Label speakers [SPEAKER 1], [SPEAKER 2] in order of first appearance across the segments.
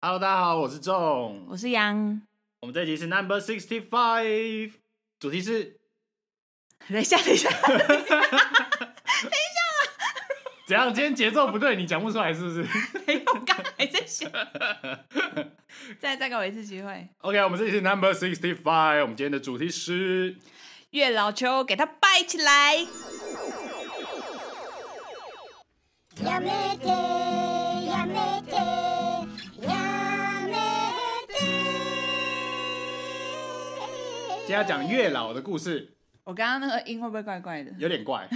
[SPEAKER 1] Hello，大家好，我是仲。
[SPEAKER 2] 我是杨。
[SPEAKER 1] 我们这集是 Number Sixty Five，主题是
[SPEAKER 2] 等一下，等一下，
[SPEAKER 1] 怎样？今天节奏不对，你讲不出来是不 是
[SPEAKER 2] 没有，我刚才在 想，再再给我一次机会。
[SPEAKER 1] ？OK，我们这集是 Number Sixty Five，我们今天的主题是
[SPEAKER 2] 月老球给他拜起来。
[SPEAKER 3] やめてやめてやめて
[SPEAKER 1] 今天要讲月老的故事，
[SPEAKER 2] 我刚刚那个音会不会怪怪的？
[SPEAKER 1] 有点怪。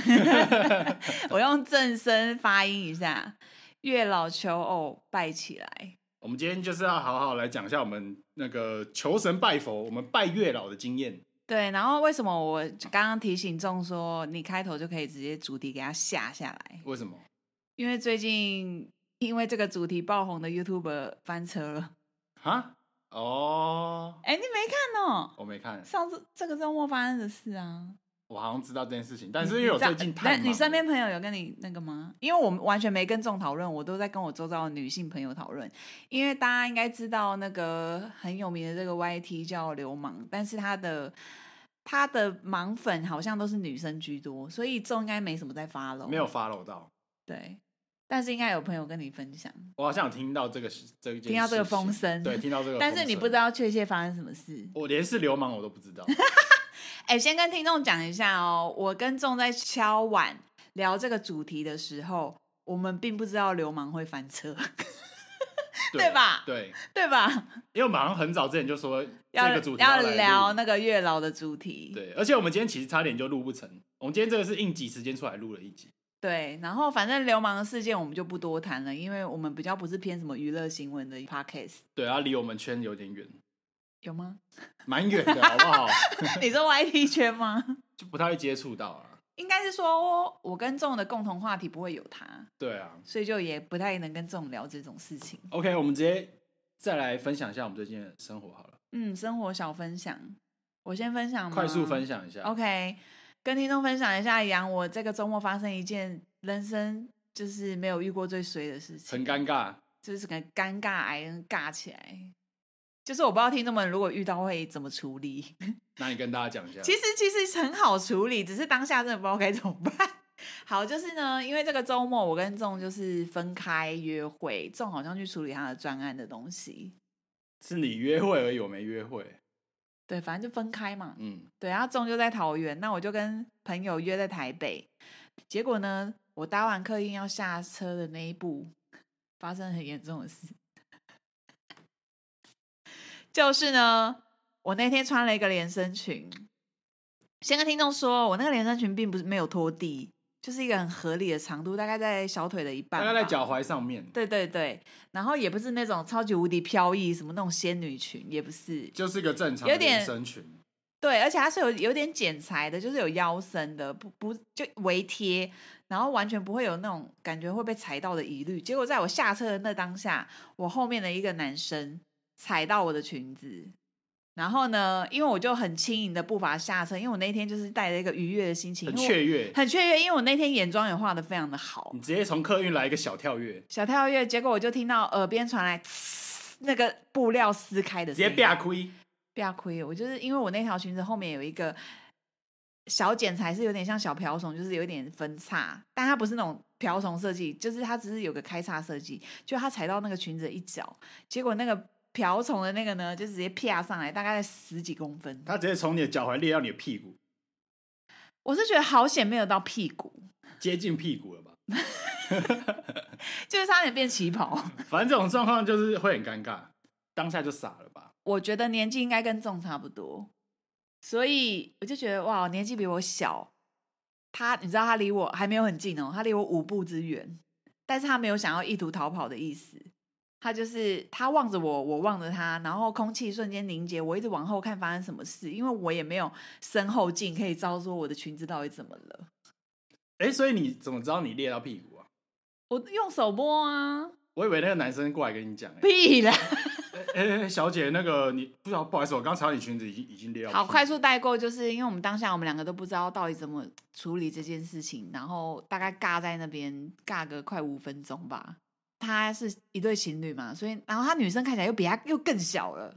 [SPEAKER 2] 我用正声发音一下，月老求偶拜起来。
[SPEAKER 1] 我们今天就是要好好来讲一下我们那个求神拜佛，我们拜月老的经验。
[SPEAKER 2] 对，然后为什么我刚刚提醒众说，你开头就可以直接主题给他下下来？
[SPEAKER 1] 为什么？
[SPEAKER 2] 因为最近因为这个主题爆红的 YouTube 翻车了。
[SPEAKER 1] 哈？哦、
[SPEAKER 2] 哎，你没看哦？
[SPEAKER 1] 我没看，
[SPEAKER 2] 上次这个周末发生的事啊。
[SPEAKER 1] 我好像知道这件事情，但是因为我最近太
[SPEAKER 2] 那
[SPEAKER 1] 忙
[SPEAKER 2] 你身边
[SPEAKER 1] 了
[SPEAKER 2] 朋友有跟你那个吗？因为我们完全没跟众讨论，我都在跟我周遭的女性朋友讨论。因为大家应该知道那个很有名的这个 YT 叫流氓，但是他的他的盲粉好像都是女生居多，所以众应该没什么在发了。
[SPEAKER 1] 没有 follow 到，
[SPEAKER 2] 对，但是应该有朋友跟你分享，
[SPEAKER 1] 我好像有听到这个事这一件，
[SPEAKER 2] 听到这个风声
[SPEAKER 1] 对，听到这 个风声，
[SPEAKER 2] 但是你不知道确切发生什么事。
[SPEAKER 1] 我连是流氓我都不 知道。
[SPEAKER 2] 哎、先跟听众讲一下哦，我跟众在敲碗聊这个主题的时候，我们并不知道流氓会翻车，对吧
[SPEAKER 1] 对，
[SPEAKER 2] 对吧？
[SPEAKER 1] 因为我们好像很早之前就说
[SPEAKER 2] 要
[SPEAKER 1] 这个主题
[SPEAKER 2] 要
[SPEAKER 1] 来录
[SPEAKER 2] 聊，那个月老的主题，
[SPEAKER 1] 对，而且我们今天其实差点就录不成，我们今天这个是应急时间出来录了一集，
[SPEAKER 2] 对然后反正流氓的事件我们就不多谈了，因为我们比较不是偏什么娱乐新闻的 podcast，
[SPEAKER 1] 对，然后离我们圈有点远，
[SPEAKER 2] 有吗？
[SPEAKER 1] 蛮远的，好不好？
[SPEAKER 2] 你说 YT 圈吗？
[SPEAKER 1] 就不太会接触到啊。
[SPEAKER 2] 应该是说我跟众的共同话题不会有他，
[SPEAKER 1] 对啊
[SPEAKER 2] 所以就也不太能跟众聊这种事情。
[SPEAKER 1] ，OK，我们直接再来分享一下我们最近的生活好了，
[SPEAKER 2] 嗯，生活小分享，我先分享吗，
[SPEAKER 1] 快速分享一下。
[SPEAKER 2] OK，跟听众分享一下，杨，我这个周末发生一件人生就是没有遇过最衰的事
[SPEAKER 1] 很
[SPEAKER 2] 情，
[SPEAKER 1] 尴尬，
[SPEAKER 2] 就是个尴尬癌尬起来。就是我不知道听众们如果遇到会怎么处理，
[SPEAKER 1] 那你跟大家讲一下。
[SPEAKER 2] 其实其实很好处理，只是当下真的不知道该怎么办。 好，就是呢，因为这个周末我跟仲就是分开约会，仲好像去处理他的专案的东西，
[SPEAKER 1] 是你约会而已，我没约会。
[SPEAKER 2] 对，反正就分开嘛。
[SPEAKER 1] 嗯，
[SPEAKER 2] 对，然后中就在桃园，那我就跟朋友约在台北。结果呢，我搭完客运要下车的那一步，发生很严重的事，就是呢，我那天穿了一个连身裙。先跟听众说，我那个连身裙并不是没有拖地，就是一个很合理的长度，大概在小腿的一半，
[SPEAKER 1] 大概在脚。踝上面，
[SPEAKER 2] 对对对，然后也不是那种超级无敌飘逸什么那种仙女裙，也不是，
[SPEAKER 1] 就是一个正常的
[SPEAKER 2] 有点
[SPEAKER 1] 连身裙。
[SPEAKER 2] 对，而且它是有有点剪裁的，就是有腰身的，不不就微贴，然后完全不会有那种感觉会被踩到的疑虑。结果在我下车的那当下，我后面的一个男生踩到我的裙子，然后呢，因为我就很轻盈的步伐下车，因为我那天就是带着一个愉悦的心情，
[SPEAKER 1] 很
[SPEAKER 2] 因为我
[SPEAKER 1] 雀跃，嗯
[SPEAKER 2] 很雀跃，因为我那天眼妆也画的非常的好
[SPEAKER 1] 你，直接从客运来一个小跳跃，
[SPEAKER 2] 小跳跃，结果我就听到耳边传来 呲那个布料撕开的
[SPEAKER 1] 直
[SPEAKER 2] 声
[SPEAKER 1] 接
[SPEAKER 2] 音。
[SPEAKER 1] 啪亏，
[SPEAKER 2] 不要亏，我就是因为我那条裙子后面有一个小剪裁，是有点像小瓢虫，就是有点分叉，但它不是那种瓢虫设计，就是它只是有个开叉设计，就它踩到那个裙子的一角，结果那个瓢虫的那个呢，就直接啪上来，大概在十几公分。
[SPEAKER 1] 他直接从你的脚踝裂到你的屁股，
[SPEAKER 2] 我是觉得好险没有到屁股，
[SPEAKER 1] 接近屁股了吧？
[SPEAKER 2] 就是差点变旗袍。
[SPEAKER 1] 反正这种状况就是会很尴尬，当下就傻了吧？
[SPEAKER 2] 我觉得年纪应该跟仲差不多，所以我就觉得哇，年纪比我小，他你知道他离我还没有很近哦，他离我五步之远，但是他没有想要意图逃跑的意思，他就是他望着我，我望着他，然后空气瞬间凝结，我一直往后看发生什么事，因为我也没有身后镜可以照说我的裙子到底怎么了，
[SPEAKER 1] 哎、所以你怎么知道你裂到屁股啊？
[SPEAKER 2] 我用手摸啊，
[SPEAKER 1] 我以为那个男生过来跟你讲、欸，
[SPEAKER 2] 屁啦！
[SPEAKER 1] 哎、欸欸小姐，那个你不知道，不好意思，我刚踩到你裙子已经已经裂到屁股。
[SPEAKER 2] 好，快速带过，就是因为我们当下我们两个都不知道到底怎么处理这件事情，然后大概尬在那边尬个快五分钟吧。他是一对情侣嘛，所以然后他女生看起来又比他又更小了，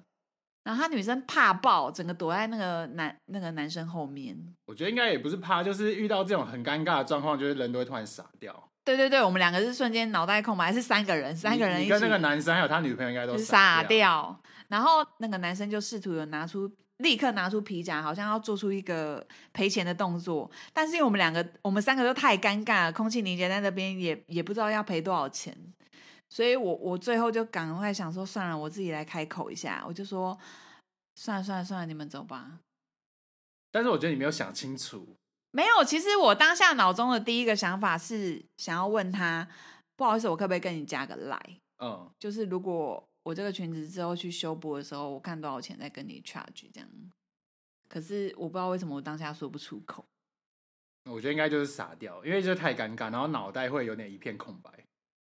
[SPEAKER 2] 然后他女生怕爆，整个躲在那个男那个男生后面。
[SPEAKER 1] 我觉得应该也不是怕，就是遇到这种很尴尬的状况，就是人都会突然傻掉。
[SPEAKER 2] 对对对，我们两个是瞬间脑袋空白，是三个人，三个人
[SPEAKER 1] 你
[SPEAKER 2] 一
[SPEAKER 1] 你
[SPEAKER 2] 起
[SPEAKER 1] 跟那个男生还有他女朋友应该
[SPEAKER 2] 就
[SPEAKER 1] 都
[SPEAKER 2] 是傻
[SPEAKER 1] 掉。
[SPEAKER 2] 掉。然后那个男生就试图有拿出，立刻拿出皮夹，好像要做出一个赔钱的动作。但是因为我们两个，我们三个都太尴尬了，空气凝结在那边也，也不知道要赔多少钱。所以我我最后就赶快想说，算了，我自己来开口一下。我就说，算了算了算了，你们走吧。
[SPEAKER 1] 但是我觉得你没有想清楚，
[SPEAKER 2] 没有，其实我当下脑中的第一个想法是想要问他，不好意思，我可不可以跟你加个 line？
[SPEAKER 1] 嗯，
[SPEAKER 2] 就是如果我这个裙子之后去修补的时候，我看多少钱再跟你 charge 这样。可是我不知道为什么我当下说不出口。
[SPEAKER 1] 我觉得应该就是傻掉，因为就太尴尬，然后脑袋会有点一片空白。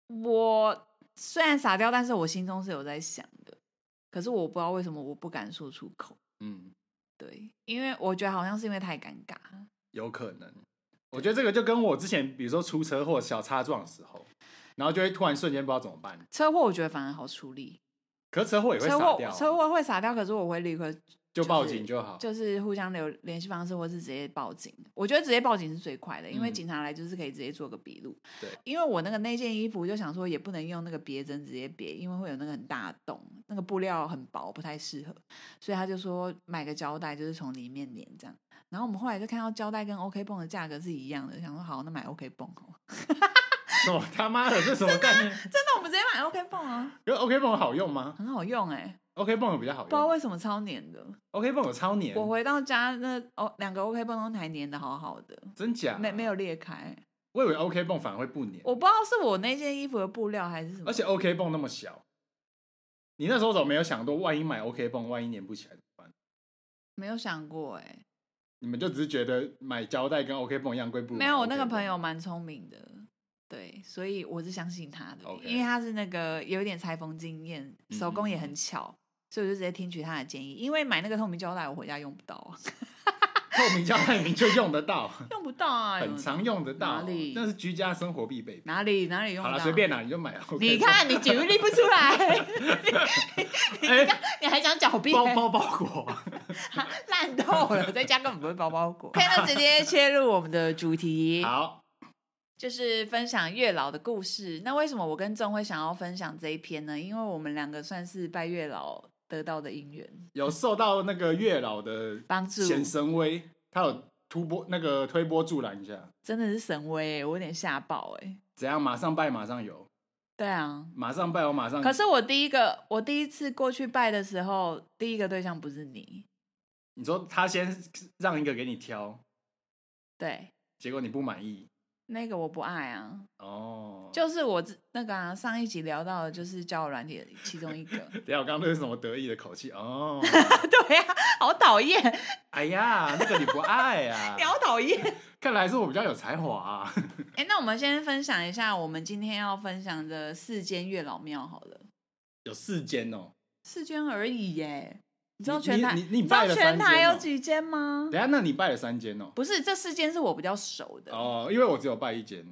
[SPEAKER 2] 我虽然傻掉，但是我心中是有在想的。可是我不知道为什么我不敢说出口。
[SPEAKER 1] 嗯，
[SPEAKER 2] 对，因为我觉得好像是因为太尴尬。
[SPEAKER 1] 有可能。我觉得这个就跟我之前，比如说出车祸、小擦撞的时候，然后就会突然瞬间不知道怎么办。
[SPEAKER 2] 车祸我觉得反而好处理，
[SPEAKER 1] 可是车祸也会
[SPEAKER 2] 车
[SPEAKER 1] 傻
[SPEAKER 2] 祸
[SPEAKER 1] 掉啊，
[SPEAKER 2] 车祸会傻掉，可是我会立刻
[SPEAKER 1] 就
[SPEAKER 2] 就
[SPEAKER 1] 报
[SPEAKER 2] 是
[SPEAKER 1] 警就好。
[SPEAKER 2] 就是互相留联系方式，或是直接报警。我觉得直接报警是最快的，因为
[SPEAKER 1] 嗯
[SPEAKER 2] 警察来就是可以直接做个笔录。
[SPEAKER 1] 对，
[SPEAKER 2] 因为我那个那件衣服就想说也不能用那个别针直接别，因为会有那个很大的洞，那个布料很薄，不太适合。所以他就说买个胶带，就是从里面粘这样。然后我们后来就看到胶带跟 OK 泵的价格是一样的，想说好，那买 OK 泵好了。
[SPEAKER 1] 我哦他妈的，这什么概念？
[SPEAKER 2] 真的，我们直接买 OK 泵啊，
[SPEAKER 1] 因为 OK 泵好用吗
[SPEAKER 2] 很好用哎、
[SPEAKER 1] ？OK 泵有比较好
[SPEAKER 2] 不知道
[SPEAKER 1] 用
[SPEAKER 2] 为什么超黏的。
[SPEAKER 1] ，OK 泵有超黏，
[SPEAKER 2] 我回到家那哦两个 OK 泵都还黏的好好的，
[SPEAKER 1] 真假？
[SPEAKER 2] 没没有，裂开。
[SPEAKER 1] 我以为 OK 泵反而会不黏，
[SPEAKER 2] 我不知道是我那件衣服的布料还是什么，
[SPEAKER 1] 而且 OK 泵那么小，你那时候怎么没有想过，万一买 OK 泵，万一粘不起来怎么办？
[SPEAKER 2] 没有想过哎、欸，
[SPEAKER 1] 你们就只是觉得买胶带跟 OK 泵一样贵，不如
[SPEAKER 2] 没有。
[SPEAKER 1] 买
[SPEAKER 2] 我那个
[SPEAKER 1] OK 泵
[SPEAKER 2] 朋友蛮聪明的，对，所以我是相信他的
[SPEAKER 1] OK
[SPEAKER 2] 因为他是那个有一点裁缝经验，
[SPEAKER 1] 嗯
[SPEAKER 2] 手工也很巧，所以我就直接听取他的建议。因为买那个透明胶带，我回家用不到啊，
[SPEAKER 1] 透明胶带你就用得到，
[SPEAKER 2] 用不到啊，
[SPEAKER 1] 很常用得到
[SPEAKER 2] 哪里，
[SPEAKER 1] 那是居家生活必备。
[SPEAKER 2] 哪里哪里用
[SPEAKER 1] 好
[SPEAKER 2] 不
[SPEAKER 1] 了，
[SPEAKER 2] 到，
[SPEAKER 1] 随便啦，你就买 OK 泵。
[SPEAKER 2] 你看你举例不出来，
[SPEAKER 1] 哎，
[SPEAKER 2] 你还想狡辩？
[SPEAKER 1] 包包包裹，
[SPEAKER 2] 烂透了，在家根本不会包包 裹。可以那直接切入我们的主题。
[SPEAKER 1] 好，
[SPEAKER 2] 就是分享月老的故事。那为什么我跟郑会想要分享这一篇呢？因为我们两个算是拜月老得到的姻缘
[SPEAKER 1] 有受到那个月老的
[SPEAKER 2] 帮助，
[SPEAKER 1] 显神威，他有突波那个推波助澜一下，
[SPEAKER 2] 真的是神威、欸，我有点吓爆哎、
[SPEAKER 1] 怎样？马上拜，马上有，
[SPEAKER 2] 对啊，
[SPEAKER 1] 马上拜，我马上。
[SPEAKER 2] 可是我第一个，我第一次过去拜的时候，第一个对象不是你，
[SPEAKER 1] 你说他先让一个给你挑，
[SPEAKER 2] 对，
[SPEAKER 1] 结果你不满意
[SPEAKER 2] 那个我不爱啊。
[SPEAKER 1] 哦。
[SPEAKER 2] 就是我自那个啊，上一集聊到的，就是交友软体的其中一个，
[SPEAKER 1] 等一下我刚刚那是什么得意的口气 哦？
[SPEAKER 2] 对呀、好讨厌，
[SPEAKER 1] 哎呀，那个你不爱啊
[SPEAKER 2] 你！好讨厌。
[SPEAKER 1] 看来还是我比较有才华、 啊。
[SPEAKER 2] 哎、那我们先分享一下我们今天要分享的四间月老庙好了，
[SPEAKER 1] 有四间哦。
[SPEAKER 2] 四间而已耶。你知道
[SPEAKER 1] 你
[SPEAKER 2] 全台
[SPEAKER 1] 你你你
[SPEAKER 2] 知道
[SPEAKER 1] 拜了
[SPEAKER 2] 全
[SPEAKER 1] 三
[SPEAKER 2] 台
[SPEAKER 1] 间
[SPEAKER 2] 有
[SPEAKER 1] 哦
[SPEAKER 2] 几间吗
[SPEAKER 1] 等一？下，那你拜了三间哦。
[SPEAKER 2] 不是，这四间是我比较熟的
[SPEAKER 1] 哦，因为我只有拜一间。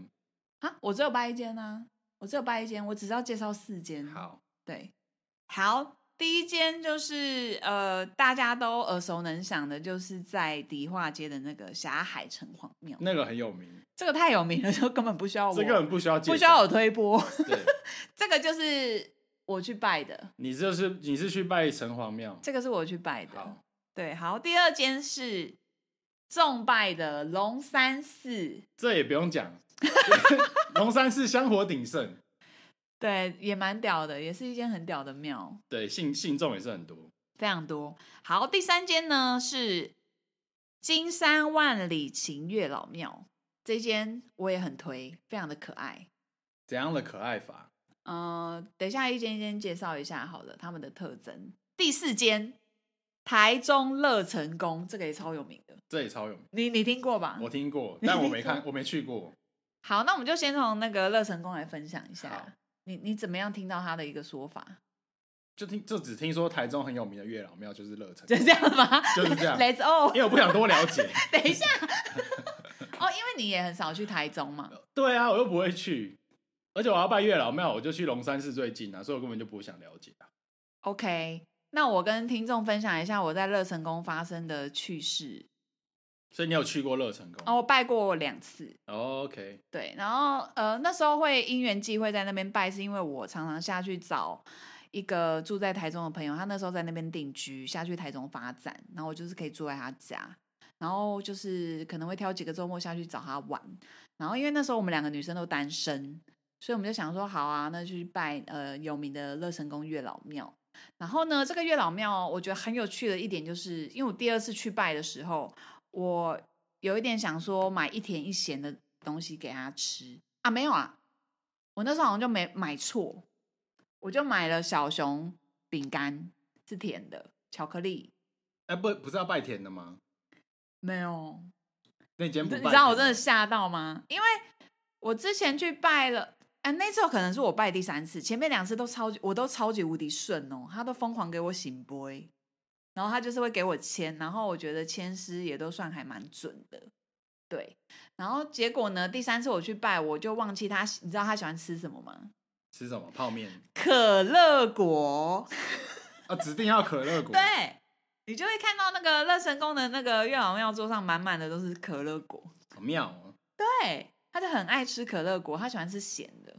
[SPEAKER 2] 啊，我只有拜一间啊，我只有拜一间，我只知道介绍四间。，
[SPEAKER 1] 好，
[SPEAKER 2] 对，好，第一间就是呃大家都耳熟能详的，就是在迪化街的那个霞海城隍庙，
[SPEAKER 1] 那个很有名，
[SPEAKER 2] 这个太有名了，就根本不需要
[SPEAKER 1] 嗯
[SPEAKER 2] 我
[SPEAKER 1] 这个很不需要介绍。
[SPEAKER 2] 不需要哦我推波，
[SPEAKER 1] 对，
[SPEAKER 2] 这个就是我去拜的，
[SPEAKER 1] 你就是你是去拜城隍庙。
[SPEAKER 2] 这个是我去拜的。
[SPEAKER 1] 好，
[SPEAKER 2] 对，好，第二间是重拜的龙山寺，
[SPEAKER 1] 这也不用 讲。龙山寺香火鼎盛，
[SPEAKER 2] 对，也蛮屌的，也是一间很屌的庙，
[SPEAKER 1] 对，信信众也是很多。
[SPEAKER 2] 非常多。好，第三间呢是金山万里晴月老庙，这间我也很推，非常的可爱。
[SPEAKER 1] 怎样的可爱法？
[SPEAKER 2] 呃，等一下一间一间介绍一下好了，他们的特征。第四间台中乐成宫，这个也超有名的，
[SPEAKER 1] 这也超有名，
[SPEAKER 2] 你你听过吧？
[SPEAKER 1] 我听 过，
[SPEAKER 2] 啊你
[SPEAKER 1] 但我
[SPEAKER 2] 听
[SPEAKER 1] 没看，我没去过。
[SPEAKER 2] 好，那我们就先从那个乐成宫来分享一
[SPEAKER 1] 好
[SPEAKER 2] 下，你你怎么样听到他的一个说法？
[SPEAKER 1] 就听就只听说台中很有名的月老庙就是乐城
[SPEAKER 2] 就，这样吗？
[SPEAKER 1] 就是这样
[SPEAKER 2] Let's all，
[SPEAKER 1] 因为我不想多了解。
[SPEAKER 2] 等一下，哦，因为你也很少去台中嘛，
[SPEAKER 1] 呃对啊，我又不会去，而且我要拜月老庙，我就去龙山寺最近啊，所以我根本就不想了解啊。
[SPEAKER 2] OK，那我跟听众分享一下我在乐成宫发生的趣事。
[SPEAKER 1] 所以你有去过乐成宫、
[SPEAKER 2] 哦，我拜过两次，
[SPEAKER 1] o k
[SPEAKER 2] 对，然后呃那时候会因缘际会在那边拜，是因为我常常下去找一个住在台中的朋友，他那时候在那边定居，下去台中发展，然后我就是可以住在他家，然后就是可能会挑几个周末下去找他玩，然后因为那时候我们两个女生都单身，所以我们就想说好啊，那就去拜呃有名的乐成宫月老庙。然后呢，这个月老庙我觉得很有趣的一点，就是因为我第二次去拜的时候，我有一点想说买一甜一咸的东西给他吃啊，没有啊，我那时候好像就没买错，我就买了小熊饼干，是甜的巧克力，
[SPEAKER 1] 哎、不不是要拜田的吗？
[SPEAKER 2] 没有，
[SPEAKER 1] 那你今天
[SPEAKER 2] 你
[SPEAKER 1] 不
[SPEAKER 2] 知
[SPEAKER 1] 拜
[SPEAKER 2] 你
[SPEAKER 1] 田？
[SPEAKER 2] 知道我真的吓到吗？因为我之前去拜了，哎、那次可能是我拜第三次，前面两次都超级，我都超级无敌顺哦，他都疯狂给我醒波，然后他就是会给我签，然后我觉得签师也都算还蛮准的，对。然后结果呢，第三次我去拜，我就忘记他，你知道他喜欢吃什么吗？
[SPEAKER 1] 吃什么泡面
[SPEAKER 2] 可乐果。
[SPEAKER 1] 啊？指定要可乐果。
[SPEAKER 2] 对，你就会看到那个乐成宫的那个月老庙桌上满满的都是可乐果。
[SPEAKER 1] 好妙哦！
[SPEAKER 2] 对，他就很爱吃可乐果，他喜欢吃咸的。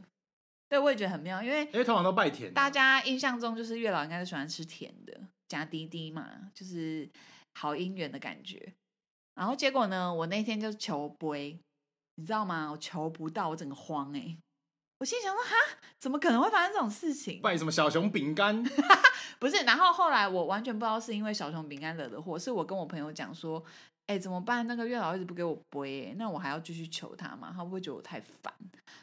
[SPEAKER 2] 对，我也觉得很妙，因为
[SPEAKER 1] 因为通常都拜田的，啊
[SPEAKER 2] 大家印象中就是月老应该是喜欢吃甜的，加滴滴嘛，就是好姻缘的感觉。然后结果呢，我那天就求杯，你知道吗？我求不到，我整个慌哎、我心想说哈，怎么可能会发生这种事情？
[SPEAKER 1] 拜什么小熊饼干，
[SPEAKER 2] 不是，然后后来我完全不知道是因为小熊饼干惹的祸，是我跟我朋友讲说，哎、怎么办？那个月老一直不给我背、欸，那我还要继续求他吗？他会不会觉得我太烦？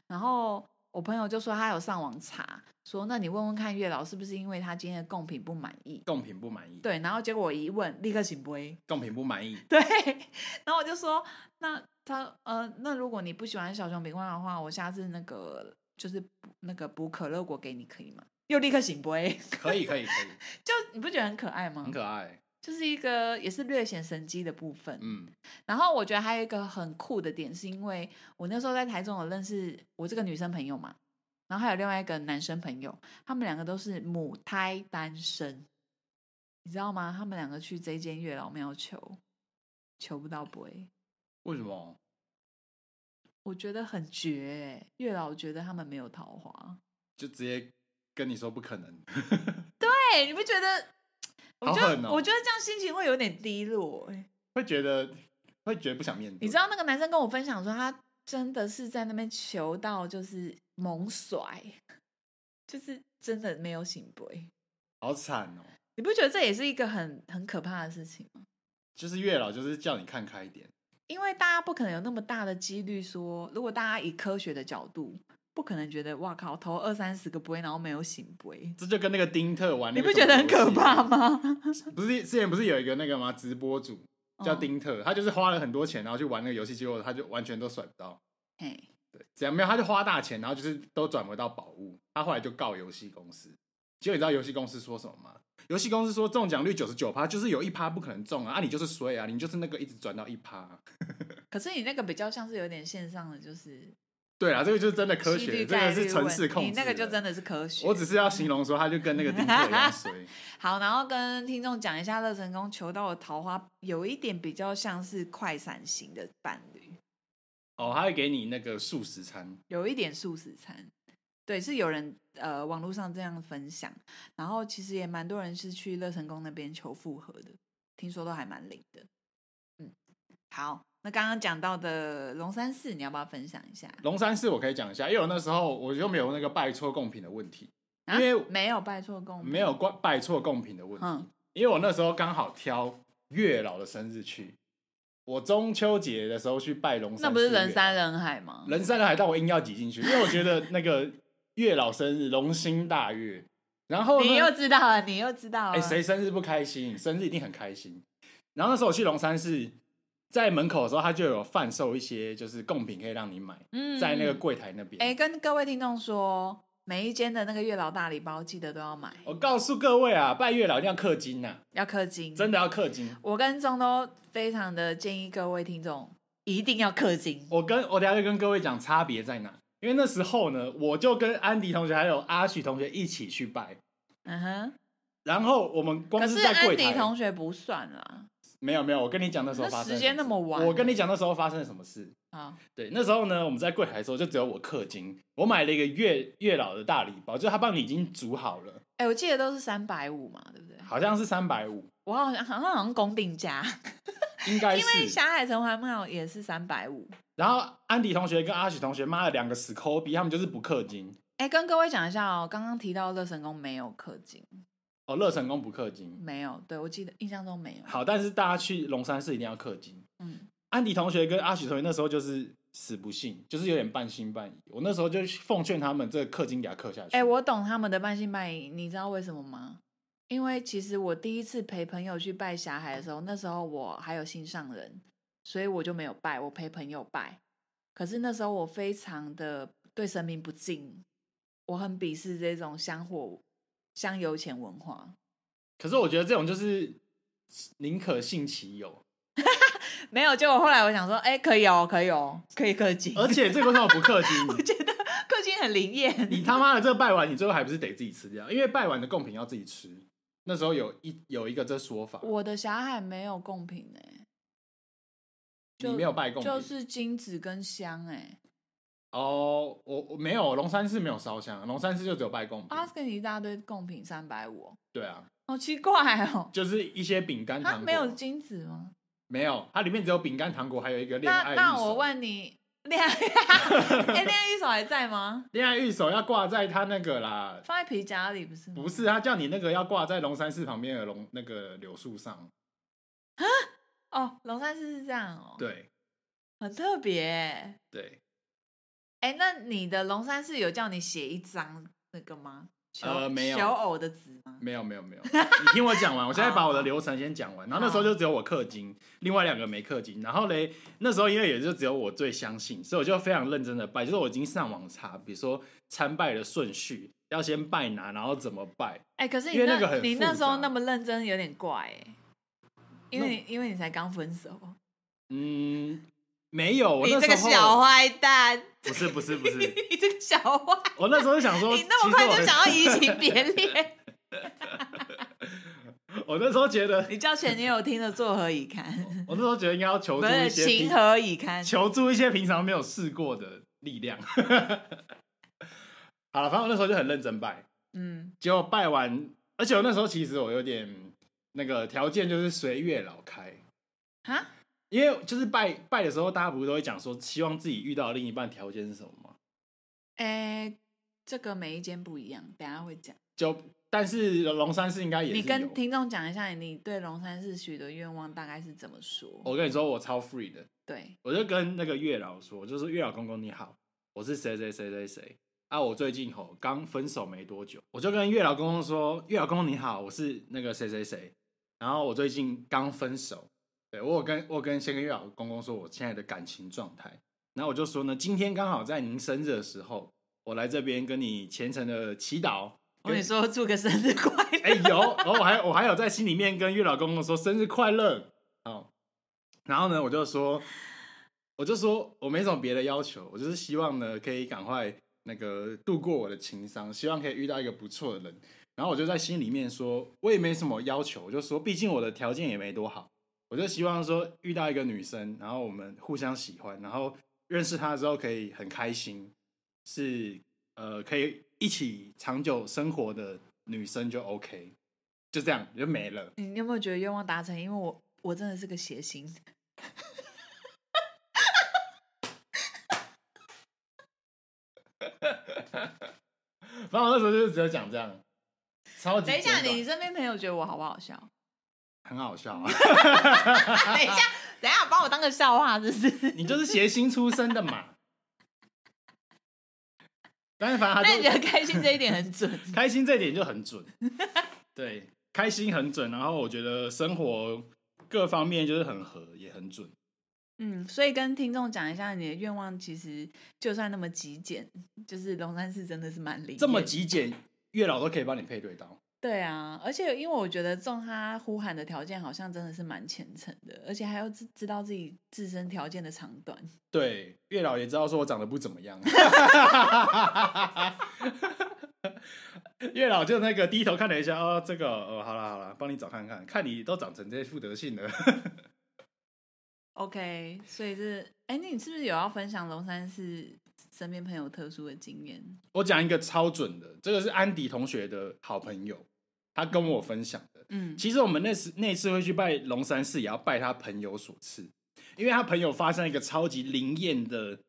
[SPEAKER 2] 然后我朋友就说他有上网查，说那你问问看月老是不是因为他今天的贡品不满意？
[SPEAKER 1] 贡品不满意，
[SPEAKER 2] 对，然后结果我一问，立刻醒杯。
[SPEAKER 1] 贡品不满意，
[SPEAKER 2] 对，然后我就说，那他呃，那如果你不喜欢小熊饼干的话，我下次那个就是补那个补可乐果给你可以吗？又立刻醒杯，
[SPEAKER 1] 可以可以可以，
[SPEAKER 2] 就你不觉得很可爱吗？
[SPEAKER 1] 很可爱，
[SPEAKER 2] 就是一个也是略显神机的部分。
[SPEAKER 1] 嗯，
[SPEAKER 2] 然后我觉得还有一个很酷的点，是因为我那时候在台中，我认识我这个女生朋友嘛，然后还有另外一个男生朋友，他们两个都是母胎单身，你知道吗？他们两个去这间月老庙求，求不到 boy，
[SPEAKER 1] 为什么？
[SPEAKER 2] 我觉得很绝欸、月老觉得他们没有桃 花，
[SPEAKER 1] 就直接跟你说不可能，
[SPEAKER 2] 哎、你不觉得？我觉
[SPEAKER 1] 好
[SPEAKER 2] 得、
[SPEAKER 1] 狠哦
[SPEAKER 2] 我觉得这样心情会有点低落、欸，
[SPEAKER 1] 会觉得会觉得不想面对，
[SPEAKER 2] 你知道那个男生跟我分享说，他真的是在那边求到就是猛甩，就是真的没有醒杯。
[SPEAKER 1] 好惨哦。
[SPEAKER 2] 你不觉得这也是一个很很可怕的事情吗？
[SPEAKER 1] 就是月老就是叫你看开一点，
[SPEAKER 2] 因为大家不可能有那么大的几率说，如果大家以科学的角度，不可能觉得哇靠，投二三十个杯，然后没有醒杯，
[SPEAKER 1] 这就跟那个丁特玩
[SPEAKER 2] 你
[SPEAKER 1] 那
[SPEAKER 2] 不
[SPEAKER 1] 个
[SPEAKER 2] 觉
[SPEAKER 1] 什
[SPEAKER 2] 得
[SPEAKER 1] 么
[SPEAKER 2] 很可
[SPEAKER 1] 游戏
[SPEAKER 2] 怕？吗？
[SPEAKER 1] 不是之前不是有一个那个吗？直播主叫
[SPEAKER 2] 嗯，
[SPEAKER 1] 丁特，他就是花了很多钱，然后去玩那个游戏，结果他就完全都甩不到。
[SPEAKER 2] 嘿
[SPEAKER 1] 对，只要没有，他就花大钱，然后就是都转不到宝物。他后来就告游戏公司，结果你知道游戏公司说什么吗？游戏公司说中奖率九十九趴，就是有一趴不可能中啊，啊你就是衰啊，你就是那个一直转到一趴、啊
[SPEAKER 2] 可是你那个比较像是有点线上的，就是
[SPEAKER 1] 对啊，这个就是真的科
[SPEAKER 2] 几率
[SPEAKER 1] 学，这
[SPEAKER 2] 概
[SPEAKER 1] 个
[SPEAKER 2] 率
[SPEAKER 1] 是城市
[SPEAKER 2] 问
[SPEAKER 1] 控制。
[SPEAKER 2] 你那个就真。的是科学。
[SPEAKER 1] 我只是要形容说，他就 跟那个丁特一样衰。
[SPEAKER 2] 好，然后跟听众讲一下，乐成功求到的桃花有一点比较像是快闪型的伴侣，
[SPEAKER 1] 哦，他会给你那个素食餐，
[SPEAKER 2] 有一点素食餐。对，是有人呃网络上这样分享，然后其实也蛮多人是去乐成宫那边求复合的，听说都还蛮灵的。嗯，好，那刚刚讲到的龙山寺，你要不要分享一下？
[SPEAKER 1] 龙山寺我可以讲一下，因为我那时候我就没有那个拜错贡品的问题，
[SPEAKER 2] 啊
[SPEAKER 1] 因为
[SPEAKER 2] 没有拜错供，
[SPEAKER 1] 没有怪拜错贡品的问题。
[SPEAKER 2] 嗯，
[SPEAKER 1] 因为我那时候刚好挑月老的生日去，我中秋节的时候去拜龙山寺
[SPEAKER 2] 那不是人山
[SPEAKER 1] 月
[SPEAKER 2] 人海吗
[SPEAKER 1] 老？人山人海，但我硬要挤进去，因为我觉得那个月老生日龙心大悦。然后呢
[SPEAKER 2] 你，又知道了，你又知道了，
[SPEAKER 1] 哎，谁生日不开心？生日一定很开心。然后那时候我去龙山寺，在门口的时候，他就有贩售一些就是贡品可以让你买，
[SPEAKER 2] 嗯
[SPEAKER 1] 在那个柜台那边。
[SPEAKER 2] 哎、跟各位听众说，每一间的那个月老大礼包记得都要买，
[SPEAKER 1] 我告诉各位啊，拜月老一定要氪金呐、
[SPEAKER 2] 要氪金。
[SPEAKER 1] 真的要氪金。
[SPEAKER 2] 我跟钟都非常的建议各位听众一定要氪金。
[SPEAKER 1] 我跟我等一下就跟各位讲差别在哪。因为那时候呢，我就跟安迪同学还有阿许同学一起去拜，
[SPEAKER 2] 嗯哼，
[SPEAKER 1] 然后我们光
[SPEAKER 2] 可是
[SPEAKER 1] 在
[SPEAKER 2] 安
[SPEAKER 1] 柜
[SPEAKER 2] 迪
[SPEAKER 1] 台，
[SPEAKER 2] 同学不算啦。
[SPEAKER 1] 没有没有，我跟你讲那时候
[SPEAKER 2] 那
[SPEAKER 1] 发生
[SPEAKER 2] 时
[SPEAKER 1] 什
[SPEAKER 2] 间
[SPEAKER 1] 么
[SPEAKER 2] 那
[SPEAKER 1] 事
[SPEAKER 2] 么晚
[SPEAKER 1] 我
[SPEAKER 2] 了
[SPEAKER 1] 跟你讲那时候发生了什么事。
[SPEAKER 2] 啊，
[SPEAKER 1] 对，那时候呢，我们在柜台的时候就只有我氪金，我买了一个月月老的大礼包，就是他帮你已经煮好了，
[SPEAKER 2] 哎、我记得都是三百五嘛，对不对？
[SPEAKER 1] 好像是三百五，
[SPEAKER 2] 我好像好像好像公定价，
[SPEAKER 1] 应该
[SPEAKER 2] 因为
[SPEAKER 1] 是。
[SPEAKER 2] 霞海城隍庙也是三百五。
[SPEAKER 1] 然后安迪同学跟阿许同学，妈的两个死抠逼，他们就是不氪金
[SPEAKER 2] 哎、跟各位讲一下哦，刚刚提到乐神宫没有氪金，
[SPEAKER 1] 哦，乐成功不氪金。
[SPEAKER 2] 没有，对我记得印象中没有。
[SPEAKER 1] 好，但是大家去龙山寺一定要氪金。
[SPEAKER 2] 嗯，
[SPEAKER 1] 安迪同学跟阿许同学那时候就是死不信，就是有点半信半疑。我那时候就奉劝他们，这个氪金给他氪下去。
[SPEAKER 2] 哎、我懂他们的半信半疑，你知道为什么吗？因为其实我第一次陪朋友去拜霞海的时候，那时候我还有心上人，所以我就没有拜，我陪朋友拜。可是那时候我非常的对神明不敬，我很鄙视这种香火香油钱文化。
[SPEAKER 1] 可是我觉得这种就是宁可信其有，
[SPEAKER 2] 没有，结果后来我想说，哎、可以哦，可以哦，可以氪金，
[SPEAKER 1] 而且这个为什么不氪金？
[SPEAKER 2] 我觉得氪金很灵验。
[SPEAKER 1] 你他妈的这个拜完，你最后还不是得自己吃掉？因为拜完的贡品要自己吃。那时候有一有一个这说法，
[SPEAKER 2] 我的霞海没有贡品哎、
[SPEAKER 1] 你没有拜贡品，
[SPEAKER 2] 就是金子跟香哎、
[SPEAKER 1] 哦，我我没有龙山寺没有烧香，龙山寺就只有拜贡品。
[SPEAKER 2] 阿斯肯一大堆贡品三百五，
[SPEAKER 1] 对啊，
[SPEAKER 2] 好奇怪哦，
[SPEAKER 1] 就是一些饼干
[SPEAKER 2] 它
[SPEAKER 1] 糖果，
[SPEAKER 2] 啊没有金子吗？
[SPEAKER 1] 没有，它里面只有饼干糖果，还有一个恋爱
[SPEAKER 2] 那
[SPEAKER 1] 玉
[SPEAKER 2] 那
[SPEAKER 1] 手
[SPEAKER 2] 我问你，恋爱哎恋爱一手还在吗？
[SPEAKER 1] 恋爱玉手要挂在它那个啦，
[SPEAKER 2] 放在皮夹里不是吗？
[SPEAKER 1] 不是他叫你那个要挂在龙山寺旁边的龙那个柳树上，
[SPEAKER 2] 哦，龙山寺是这样哦，，
[SPEAKER 1] 对
[SPEAKER 2] 很特别欸
[SPEAKER 1] 对，
[SPEAKER 2] 哎、那你的龙山寺有叫你写一张那个吗？求
[SPEAKER 1] 呃没有
[SPEAKER 2] 求偶的纸吗？
[SPEAKER 1] 没有没有没有，你听我讲完，我现在把我的流程先讲完。然后那时候就只有我氪金，另外两个没氪金。然后嘞，那时候因为也就只有我最相信，所以我就非常认真的拜，就是我已经上网查，比如说参拜的顺序，要先拜哪，然后怎么拜。
[SPEAKER 2] 哎、可是你
[SPEAKER 1] 因为
[SPEAKER 2] 那
[SPEAKER 1] 那个很
[SPEAKER 2] 你
[SPEAKER 1] 复
[SPEAKER 2] 那时候
[SPEAKER 1] 杂
[SPEAKER 2] 那么认真，有点怪哎、因为
[SPEAKER 1] 那
[SPEAKER 2] 你因为你才刚分手，
[SPEAKER 1] 嗯，没有，我
[SPEAKER 2] 你
[SPEAKER 1] 那
[SPEAKER 2] 这
[SPEAKER 1] 时
[SPEAKER 2] 个
[SPEAKER 1] 候
[SPEAKER 2] 小坏蛋，
[SPEAKER 1] 不是不是不是，
[SPEAKER 2] 你这个小坏，
[SPEAKER 1] 我那时候就想说，
[SPEAKER 2] 你那么快
[SPEAKER 1] 其
[SPEAKER 2] 就
[SPEAKER 1] 实
[SPEAKER 2] 想要移情别恋，
[SPEAKER 1] 我，我那时候觉得，
[SPEAKER 2] 你叫前女友听了作何以堪？
[SPEAKER 1] 我那时候觉得应该要求
[SPEAKER 2] 不
[SPEAKER 1] 助
[SPEAKER 2] 是
[SPEAKER 1] 一些
[SPEAKER 2] 情
[SPEAKER 1] 平
[SPEAKER 2] 何以堪？
[SPEAKER 1] 求助一些平常没有试过的力量。 好了，反正我那时候就很认真拜，
[SPEAKER 2] 嗯，
[SPEAKER 1] 结果拜完，而且我那时候其实我有点那个条件就是随月老开，
[SPEAKER 2] 哈，
[SPEAKER 1] 因为就是拜拜的时候，大家不是都会讲说希望自己遇到的另一半条件是什么吗？
[SPEAKER 2] 哎、这个每一间不一样，等一下会讲。
[SPEAKER 1] 就但是龙山寺应该也是
[SPEAKER 2] 你跟
[SPEAKER 1] 有
[SPEAKER 2] 听众讲一下，你对龙山寺许的愿望大概是怎么说？
[SPEAKER 1] 我跟你说，我超 free 的，
[SPEAKER 2] 对，
[SPEAKER 1] 我就跟那个月老说，就是月老公公你好，我是谁谁谁谁谁啊，我最近吼刚分手没多久，我就跟月老公公说，月老公公你好，我是那个谁谁谁，然后我最近刚分手，对我有跟我有跟先跟月老公公说我现在的感情状态，然后我就说呢，今天刚好在您生日的时候，我来这边跟你虔诚的祈祷，
[SPEAKER 2] 我跟你说，祝个生日快乐。
[SPEAKER 1] 哎、有，然后我还我还有在心里面跟月老公公说生日快乐，好，然后呢，我就说，我就说我没什么别的要求，我就是希望呢可以赶快那个度过我的情伤，希望可以遇到一个不错的人。然后我就在心里面说，我也没什么要求，我就说，毕竟我的条件也没多好，我就希望说遇到一个女生，然后我们互相喜欢，然后认识她之后可以很开心，是呃可以一起长久生活的女生就 OK，就这样就没了。
[SPEAKER 2] 你有没有觉得愿望达成？因为我我真的是个谐星，
[SPEAKER 1] 反正我那时候就是只有讲这样，超级
[SPEAKER 2] 等一下，
[SPEAKER 1] 简短
[SPEAKER 2] 你身边朋友觉得我好不好 笑？啊
[SPEAKER 1] 很好笑啊，
[SPEAKER 2] 等一下，等一下，把我当个笑话，是不是？
[SPEAKER 1] 你就是谐星出身的嘛。但是反正
[SPEAKER 2] 那你觉
[SPEAKER 1] 他
[SPEAKER 2] 得开心这一点很准？
[SPEAKER 1] 就开心这一点就很准，对，开心很准。然后我觉得生活各方面就是很合，也很准。
[SPEAKER 2] 嗯，所以跟听众讲一下，你的愿望其实就算那么极简，就是龙山寺真的是蛮灵验的，
[SPEAKER 1] 这么极简，月老都可以帮你配对到。
[SPEAKER 2] 对啊，而且因为我觉得中他呼喊的条件好像真的是蛮虔诚的，而且还要知知道自己自身条件的长短。
[SPEAKER 1] 对，月老也知道说我长得不怎么样。 月老就那个低头看了一下，哦，这个哦，好了好了，帮你找看看，看你都长成这副德性了。
[SPEAKER 2] OK，所以是，哎、那你是不是有要分享龙山寺身边朋友特殊的经验？
[SPEAKER 1] 我讲一个超准的，这个是安迪同学的好朋友，他跟我分享的。
[SPEAKER 2] 嗯，
[SPEAKER 1] 其实我们那时那次会去拜龙山寺，也要拜他朋友所赐，因为他朋友发生一个超级灵验的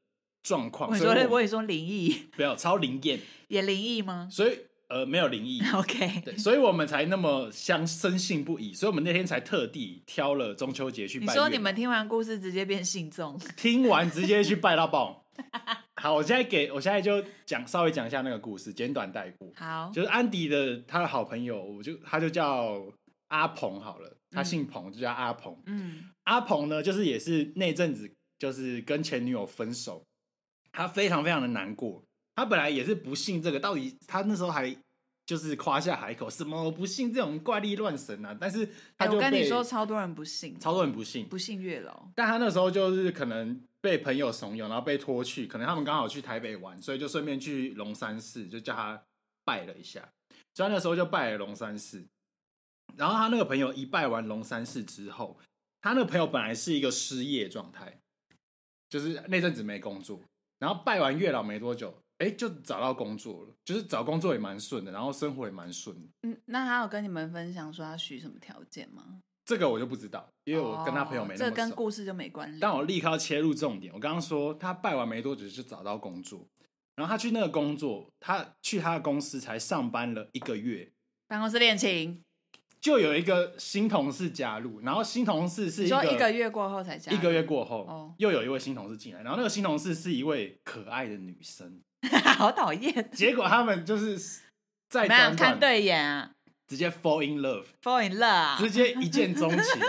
[SPEAKER 1] 状况，
[SPEAKER 2] 我
[SPEAKER 1] 所
[SPEAKER 2] 说
[SPEAKER 1] 以
[SPEAKER 2] 我
[SPEAKER 1] 我
[SPEAKER 2] 也说灵异，
[SPEAKER 1] 没有超灵验，
[SPEAKER 2] 也灵异吗
[SPEAKER 1] 所以呃没有灵异，
[SPEAKER 2] ？OK，
[SPEAKER 1] 对，所以我们才那么相深信不疑，所以我们那天才特地挑了中秋节去拜
[SPEAKER 2] 你
[SPEAKER 1] 月
[SPEAKER 2] 说
[SPEAKER 1] 老。
[SPEAKER 2] 你们听完故事直接变信众，
[SPEAKER 1] 听完直接去拜到爆。 好，我现在给我现在就讲稍微讲一下那个故事，简短带过。
[SPEAKER 2] 好，
[SPEAKER 1] 就是安迪的他的好朋友，我就他就叫阿鹏好了，他姓彭，就叫阿鹏。
[SPEAKER 2] 嗯
[SPEAKER 1] 阿鹏呢，就是也是那阵子就是跟前女友分手，他非常非常的难过。他本来也是不信这个，到底他那时候还就是夸下海口，什么我不信这种怪力乱神啊！但是他
[SPEAKER 2] 哎
[SPEAKER 1] 就
[SPEAKER 2] 我跟你
[SPEAKER 1] 被
[SPEAKER 2] 说，超多人不信，
[SPEAKER 1] 超多人不信，
[SPEAKER 2] 不信月老，
[SPEAKER 1] 但他那时候就是可能被朋友怂恿，然后被拖去，可能他们刚好去台北玩，所以就顺便去龙山寺，就叫他拜了一下。所以他那时候就拜了龙山寺。然后他那个朋友一拜完龙山寺之后，他那个朋友本来是一个失业状态，就是那阵子没工作。然后拜完月老没多久，哎，就找到工作了，就是找工作也蛮顺的，然后生活也蛮顺的。
[SPEAKER 2] 嗯，那他有跟你们分享说他许什么条件吗？
[SPEAKER 1] 这个我就不知道，因为我跟他朋友没那么熟。
[SPEAKER 2] 哦这跟故事就没关系。
[SPEAKER 1] 但我立刻要切入重点。我刚刚说他拜完没多久就找到工作，然后他去那个工作，他去他的公司才上班了一个月，
[SPEAKER 2] 办公室恋情，
[SPEAKER 1] 就有一个新同事加入，然后新同事是
[SPEAKER 2] 你
[SPEAKER 1] 一
[SPEAKER 2] 说
[SPEAKER 1] 个
[SPEAKER 2] 一个月过后才加入，
[SPEAKER 1] 一个月过后、
[SPEAKER 2] 哦
[SPEAKER 1] 又有一位新同事进来，然后那个新同事是一位可爱的女生，
[SPEAKER 2] 好讨厌，
[SPEAKER 1] 结果他们就是在
[SPEAKER 2] 怎么
[SPEAKER 1] 短
[SPEAKER 2] 样？看
[SPEAKER 1] 短
[SPEAKER 2] 对眼啊
[SPEAKER 1] 直接 fall in love，
[SPEAKER 2] ，fall in love 啊
[SPEAKER 1] 直，接一见钟 情，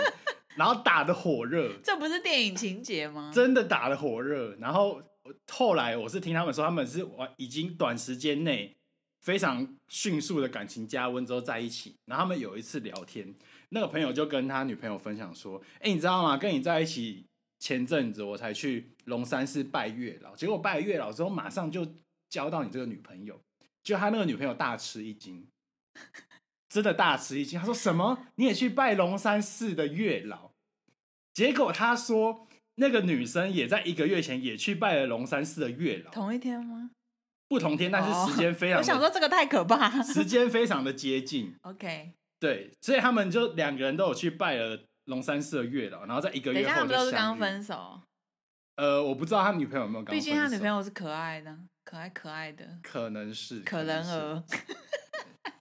[SPEAKER 1] 然后打的火热，
[SPEAKER 2] 这不是电影情节吗？
[SPEAKER 1] 真的打得火热。然后后来我是听他们说，他们是完已经短时间内非常迅速的感情加温之后在一起。然后他们有一次聊天，那个朋友就跟他女朋友分享说：“哎、你知道吗？跟你在一起前阵子我才去龙山寺拜月老，结果拜了月老之后马上就交到你这个女朋友。”就他那个女朋友大吃一惊。真的大吃一惊，他说什么？你也去拜龙山寺的月老？结果他说，那个女生也在一个月前也去拜了龙山寺的月老，
[SPEAKER 2] 同一天吗？
[SPEAKER 1] 不同天，但是时间非常
[SPEAKER 2] 我
[SPEAKER 1] 的、
[SPEAKER 2] 想说这个太可怕。
[SPEAKER 1] 时间非常的接近，
[SPEAKER 2] OK，
[SPEAKER 1] 对，所以他们就两个人都有去拜了龙山寺的月老，然后在一个
[SPEAKER 2] 等一
[SPEAKER 1] 月
[SPEAKER 2] 下他
[SPEAKER 1] 后
[SPEAKER 2] 们
[SPEAKER 1] 就
[SPEAKER 2] 都是
[SPEAKER 1] 相
[SPEAKER 2] 刚
[SPEAKER 1] 遇。
[SPEAKER 2] 分手，
[SPEAKER 1] 呃，我不知道他女朋友有没有刚分
[SPEAKER 2] 毕
[SPEAKER 1] 手，
[SPEAKER 2] 竟他女朋友是可爱的，可爱可爱的，
[SPEAKER 1] 可能是
[SPEAKER 2] 可人。
[SPEAKER 1] 是
[SPEAKER 2] 儿。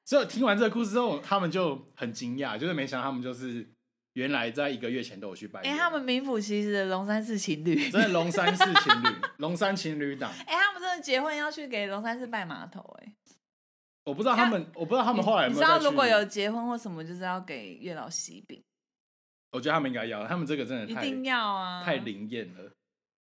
[SPEAKER 1] 所以听完这个故事之后，他们就很惊讶，就是没想到他们就是原来在一个月前都有去拜月
[SPEAKER 2] 哎、
[SPEAKER 1] 老。
[SPEAKER 2] 他们名副其实的龙山寺情侣。
[SPEAKER 1] 真的龙山寺情 侣，龙山情侣档。
[SPEAKER 2] 哎、他们真的结婚要去给龙山寺拜码头、哎，
[SPEAKER 1] 我不知道他们，我不知道他们后来有
[SPEAKER 2] 你
[SPEAKER 1] 没有
[SPEAKER 2] 知道
[SPEAKER 1] 再去
[SPEAKER 2] 如果有，结婚或什么，就是要给月老喜饼，
[SPEAKER 1] 我觉得他们应该要，他们这个真的
[SPEAKER 2] 一
[SPEAKER 1] 太
[SPEAKER 2] 定要啊，
[SPEAKER 1] 太灵验了。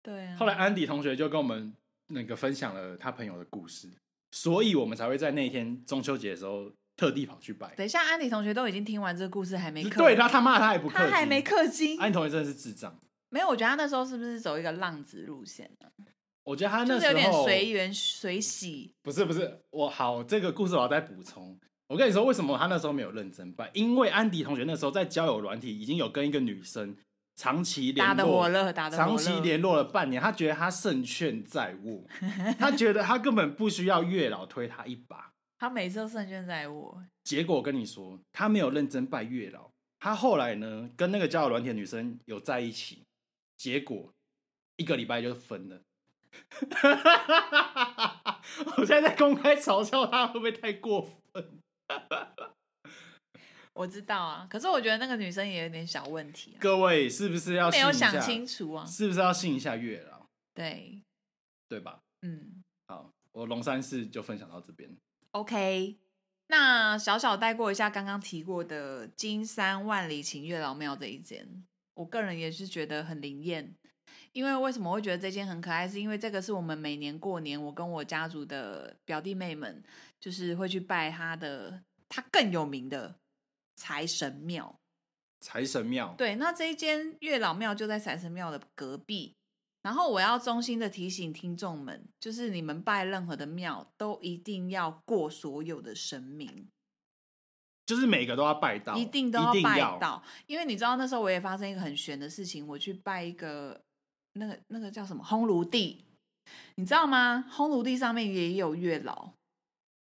[SPEAKER 2] 对啊。
[SPEAKER 1] 后来安迪同学就跟我们那个分享了他朋友的故事，所以我们才会在那一天中秋节的时候特地跑去拜。
[SPEAKER 2] 等一下，安迪同学都已经听完这个故事，还没
[SPEAKER 1] 就
[SPEAKER 2] 氪
[SPEAKER 1] 对他他妈他还不客
[SPEAKER 2] 他
[SPEAKER 1] 气，
[SPEAKER 2] 还没氪金。
[SPEAKER 1] 安迪同学真的是智障。
[SPEAKER 2] 没有，我觉得他那时候是不是走一个浪子路线啊、
[SPEAKER 1] 我觉得他
[SPEAKER 2] 就
[SPEAKER 1] 那
[SPEAKER 2] 是有
[SPEAKER 1] 时
[SPEAKER 2] 点
[SPEAKER 1] 候
[SPEAKER 2] 随缘随喜。
[SPEAKER 1] 不是不是，我好这个故事我要再补充。我跟你说，为什么他那时候没有认真办？因为安迪同学那时候在交友软体已经有跟一个女生长期联
[SPEAKER 2] 打
[SPEAKER 1] 络，
[SPEAKER 2] 得火热，打得火热。
[SPEAKER 1] 长期联络了半年，他觉得他胜券在 握，他觉得他根本不需要月老推他一把。
[SPEAKER 2] 他每次都胜券在握，
[SPEAKER 1] 结果我跟你说，他没有认真拜月老，他后来呢跟那个交友软体的女生有在一起，结果一个礼拜就分了。 我现在在公开嘲笑他，会不会太过分？
[SPEAKER 2] 我知道啊。可是我觉得那个女生也有点小问题、啊，
[SPEAKER 1] 各位是不是要
[SPEAKER 2] 没
[SPEAKER 1] 信
[SPEAKER 2] 有
[SPEAKER 1] 一下
[SPEAKER 2] 想清楚啊。
[SPEAKER 1] 是不是要信一下月老？
[SPEAKER 2] 对，
[SPEAKER 1] 对吧？
[SPEAKER 2] 嗯
[SPEAKER 1] 好，我龙山寺就分享到这边。
[SPEAKER 2] ，OK。那小小带过一下刚刚提过的金山万里晴月老庙这一间，我个人也是觉得很灵验。因为为什么会觉得这间很可爱，是因为这个是我们每年过年我跟我家族的表弟妹们就是会去拜他的它更有名的财神庙。
[SPEAKER 1] 财神庙，
[SPEAKER 2] 对，那这一间月老庙就在财神庙的隔壁。然后我要衷心的提醒听众们，就是你们拜任何的庙，都一定要过所有的神明，
[SPEAKER 1] 就是每个都要拜到，
[SPEAKER 2] 一
[SPEAKER 1] 一
[SPEAKER 2] 定都要
[SPEAKER 1] 定
[SPEAKER 2] 拜
[SPEAKER 1] 要。
[SPEAKER 2] 到。因为你知道那时候我也发生一个很悬的事情，我去拜一个那个那个叫什么烘炉地，你知道吗？烘炉地上面也有月老，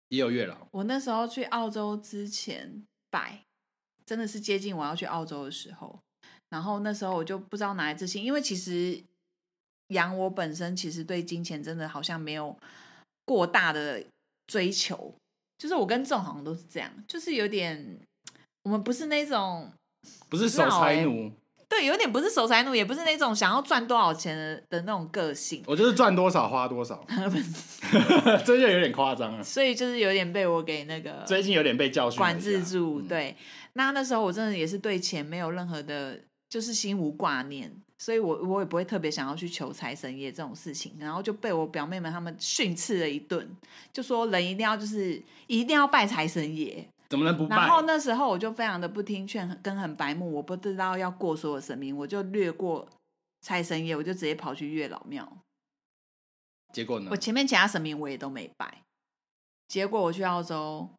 [SPEAKER 1] 也有月老，
[SPEAKER 2] 我那时候去澳洲之前拜，真的是接近我要去澳洲的时候，然后那时候我就不知道哪来自信，因为其实养我本身其实对金钱真的好像没有过大的追求，就是我跟仲好像都是这样，就是有点我们不是那种
[SPEAKER 1] 不是
[SPEAKER 2] 知道
[SPEAKER 1] 守财
[SPEAKER 2] 欸
[SPEAKER 1] 奴，
[SPEAKER 2] 对，有点不是守财奴，也不是那种想要赚多少钱的的那种个性，
[SPEAKER 1] 我就是赚多少花多 少，这就有点夸张了。
[SPEAKER 2] 所以就是有点被我给那个
[SPEAKER 1] 最近有点被教训了一
[SPEAKER 2] 管
[SPEAKER 1] 下
[SPEAKER 2] 制住。
[SPEAKER 1] 嗯
[SPEAKER 2] 对，那那时候我真的也是对钱没有任何的，就是心无挂念，所以我我也不会特别想要去求财神爷这种事情，然后就被我表妹们她们训斥了一顿，就说人一定要就是一定要拜财神爷。
[SPEAKER 1] 怎么能不
[SPEAKER 2] 然
[SPEAKER 1] 拜？
[SPEAKER 2] 后那时候我就非常的不听劝，很跟很白目，我不知道要过所有神明，我就略过财神爷，我就直接跑去月老庙。
[SPEAKER 1] 结果呢
[SPEAKER 2] 我？前面其他神明我也都没拜，结果我去澳洲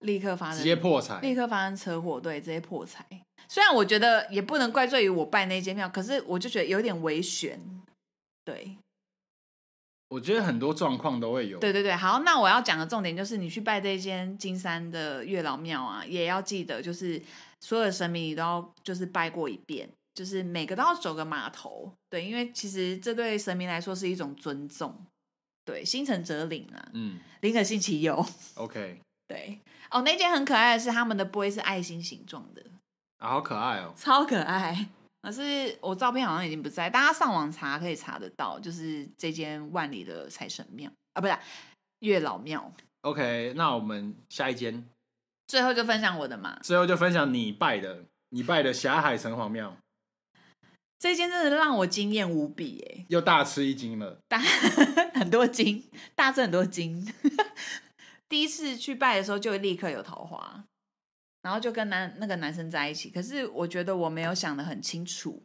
[SPEAKER 2] 立刻发生
[SPEAKER 1] 直接破财，
[SPEAKER 2] 立刻发生车祸，对，直接破财。虽然我觉得也不能怪罪于我拜那间庙，可是我就觉得有点危险。对，
[SPEAKER 1] 我觉得很多状况都会有。
[SPEAKER 2] 对对对，好，那我要讲的重点就是，你去拜这间金山的月老庙啊，也要记得，就是所有的神明你都要就是拜过一遍，就是每个都要走个码头。对，因为其实这对神明来说是一种尊重。对，心诚则灵啊，
[SPEAKER 1] 嗯
[SPEAKER 2] 灵可信其有。
[SPEAKER 1] ，OK，
[SPEAKER 2] 对，哦，那间很可爱的是他们的杯是爱心形状的。
[SPEAKER 1] 啊，好可爱哦。
[SPEAKER 2] 超可爱。可是我照片好像已经不在，大家上网查可以查得到，就是这间万里的财神庙啊，不是月老庙。
[SPEAKER 1] OK，那我们下一间，
[SPEAKER 2] 最后就分享我的嘛，
[SPEAKER 1] 最后就分享你拜的，你拜的霞海城隍庙，
[SPEAKER 2] 这间真的让我惊艳无比耶、
[SPEAKER 1] 又大吃一惊了。
[SPEAKER 2] 大 很多金，大致很多金。 第一次去拜的时候就立刻有桃花，然后就跟男那个男生在一起。可是我觉得我没有想的很清楚，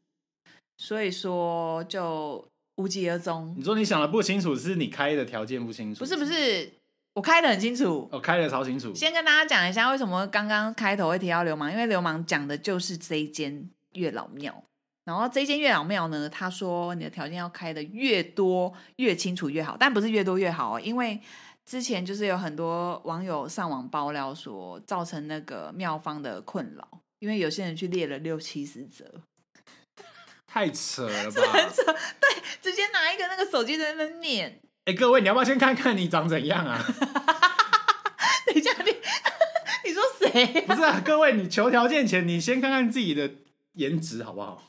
[SPEAKER 2] 所以说就嗯无疾而终
[SPEAKER 1] 你。说你想的不清楚，是你开的条件不清楚？
[SPEAKER 2] 不是不，是，我开的很清楚。
[SPEAKER 1] 哦，开的超清楚。
[SPEAKER 2] 先跟大家讲一下，为什么刚刚开头会提到流氓，因为流氓讲的就是这一间月老庙。然后这一间月老庙呢，他说你的条件要开的越多越清楚越好，但不是越多越好哦，因为之前就是有很多网友上网爆料说，造成那个庙方的困扰，因为有些人去列了六七十折，
[SPEAKER 1] 太扯了吧！
[SPEAKER 2] 直接拿一个那个手机在那边念，
[SPEAKER 1] 哎、各位，你要不要先看看你长怎样啊？
[SPEAKER 2] 等一下你 你说谁
[SPEAKER 1] 不是啊，各位，你求条件前，你先看看自己的颜值好不好？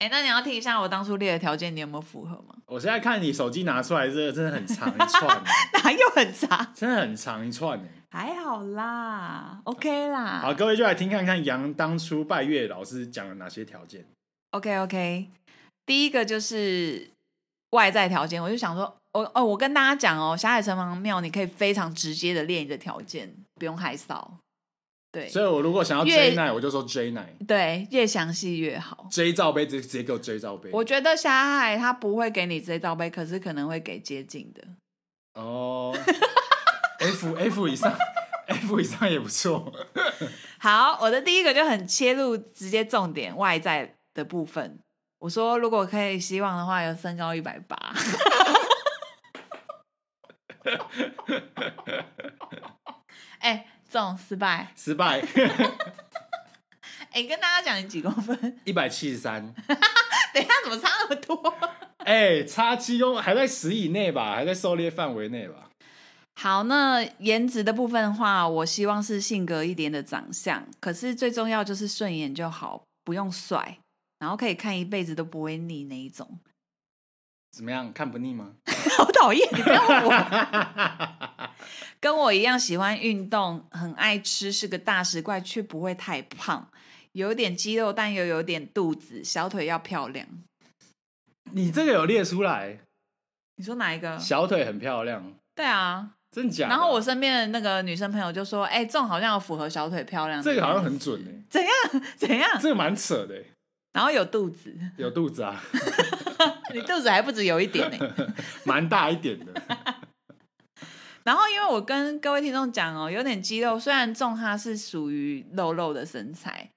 [SPEAKER 2] 哎、那你要听一下我当初列的条件，你有没有符合吗？
[SPEAKER 1] 我现在看你手机拿出来，这个真的很长一串，
[SPEAKER 2] 哪有很差？
[SPEAKER 1] 真的很长一串呢。
[SPEAKER 2] 还好啦，OK 啦。
[SPEAKER 1] 好，各位就来听看看杨当初拜月老师讲了哪些条件。
[SPEAKER 2] o k OK。第一个就是外在条件，我就想说，哦哦，我跟大家讲哦，霞海城隍庙你可以非常直接的列你的条件，不用害臊。对
[SPEAKER 1] 所以我如果想要
[SPEAKER 2] 月
[SPEAKER 1] J 奶，我就说 J 奶
[SPEAKER 2] 对，越详细越好。
[SPEAKER 1] J 罩杯，直接直接给我 J 罩杯。
[SPEAKER 2] 我觉得霞海它不会给你这罩杯，可是可能会给接近的。
[SPEAKER 1] 哦 ，F F 以上，F 以上也不错。
[SPEAKER 2] 好，我的第一个就很切入直接重点外在的部分。我说，如果可以希望的话，有身高一百八。 哎，这种失败。
[SPEAKER 1] 失败，
[SPEAKER 2] 哎，跟大家讲你几公分？
[SPEAKER 1] 一百七十三。
[SPEAKER 2] 等一下怎么差那么多？
[SPEAKER 1] 哎，差七公还在十以内吧，还在狩猎范围内吧。
[SPEAKER 2] 好，那颜值的部分的话，我希望是性格一点的长相，可是最重要就是顺眼就好，不用帅，然后可以看一辈子都不会腻那一种。
[SPEAKER 1] 怎么样，看不腻吗？
[SPEAKER 2] 好讨厌，你不要我。跟我一样喜欢运动，很爱吃，是个大食怪，却不会太胖，有点肌肉，但又有点肚子，小腿要漂亮。
[SPEAKER 1] 你这个有列出来，
[SPEAKER 2] 你说哪一个？
[SPEAKER 1] 小腿很漂亮，
[SPEAKER 2] 对啊，
[SPEAKER 1] 真假的？
[SPEAKER 2] 然后我身边的那个女生朋友就说：“哎、中好像有符合小腿漂亮的
[SPEAKER 1] 这
[SPEAKER 2] 样子，
[SPEAKER 1] 个好像很准诶、
[SPEAKER 2] 怎样 怎样，
[SPEAKER 1] 这个蛮扯的、欸，
[SPEAKER 2] 然后有肚子，
[SPEAKER 1] 有肚子啊，
[SPEAKER 2] 你肚子还不止有一点呢、
[SPEAKER 1] 蛮大一点的，
[SPEAKER 2] 然后因为我跟各位听众讲哦，有点肌肉，虽然重它是属于肉肉的身材，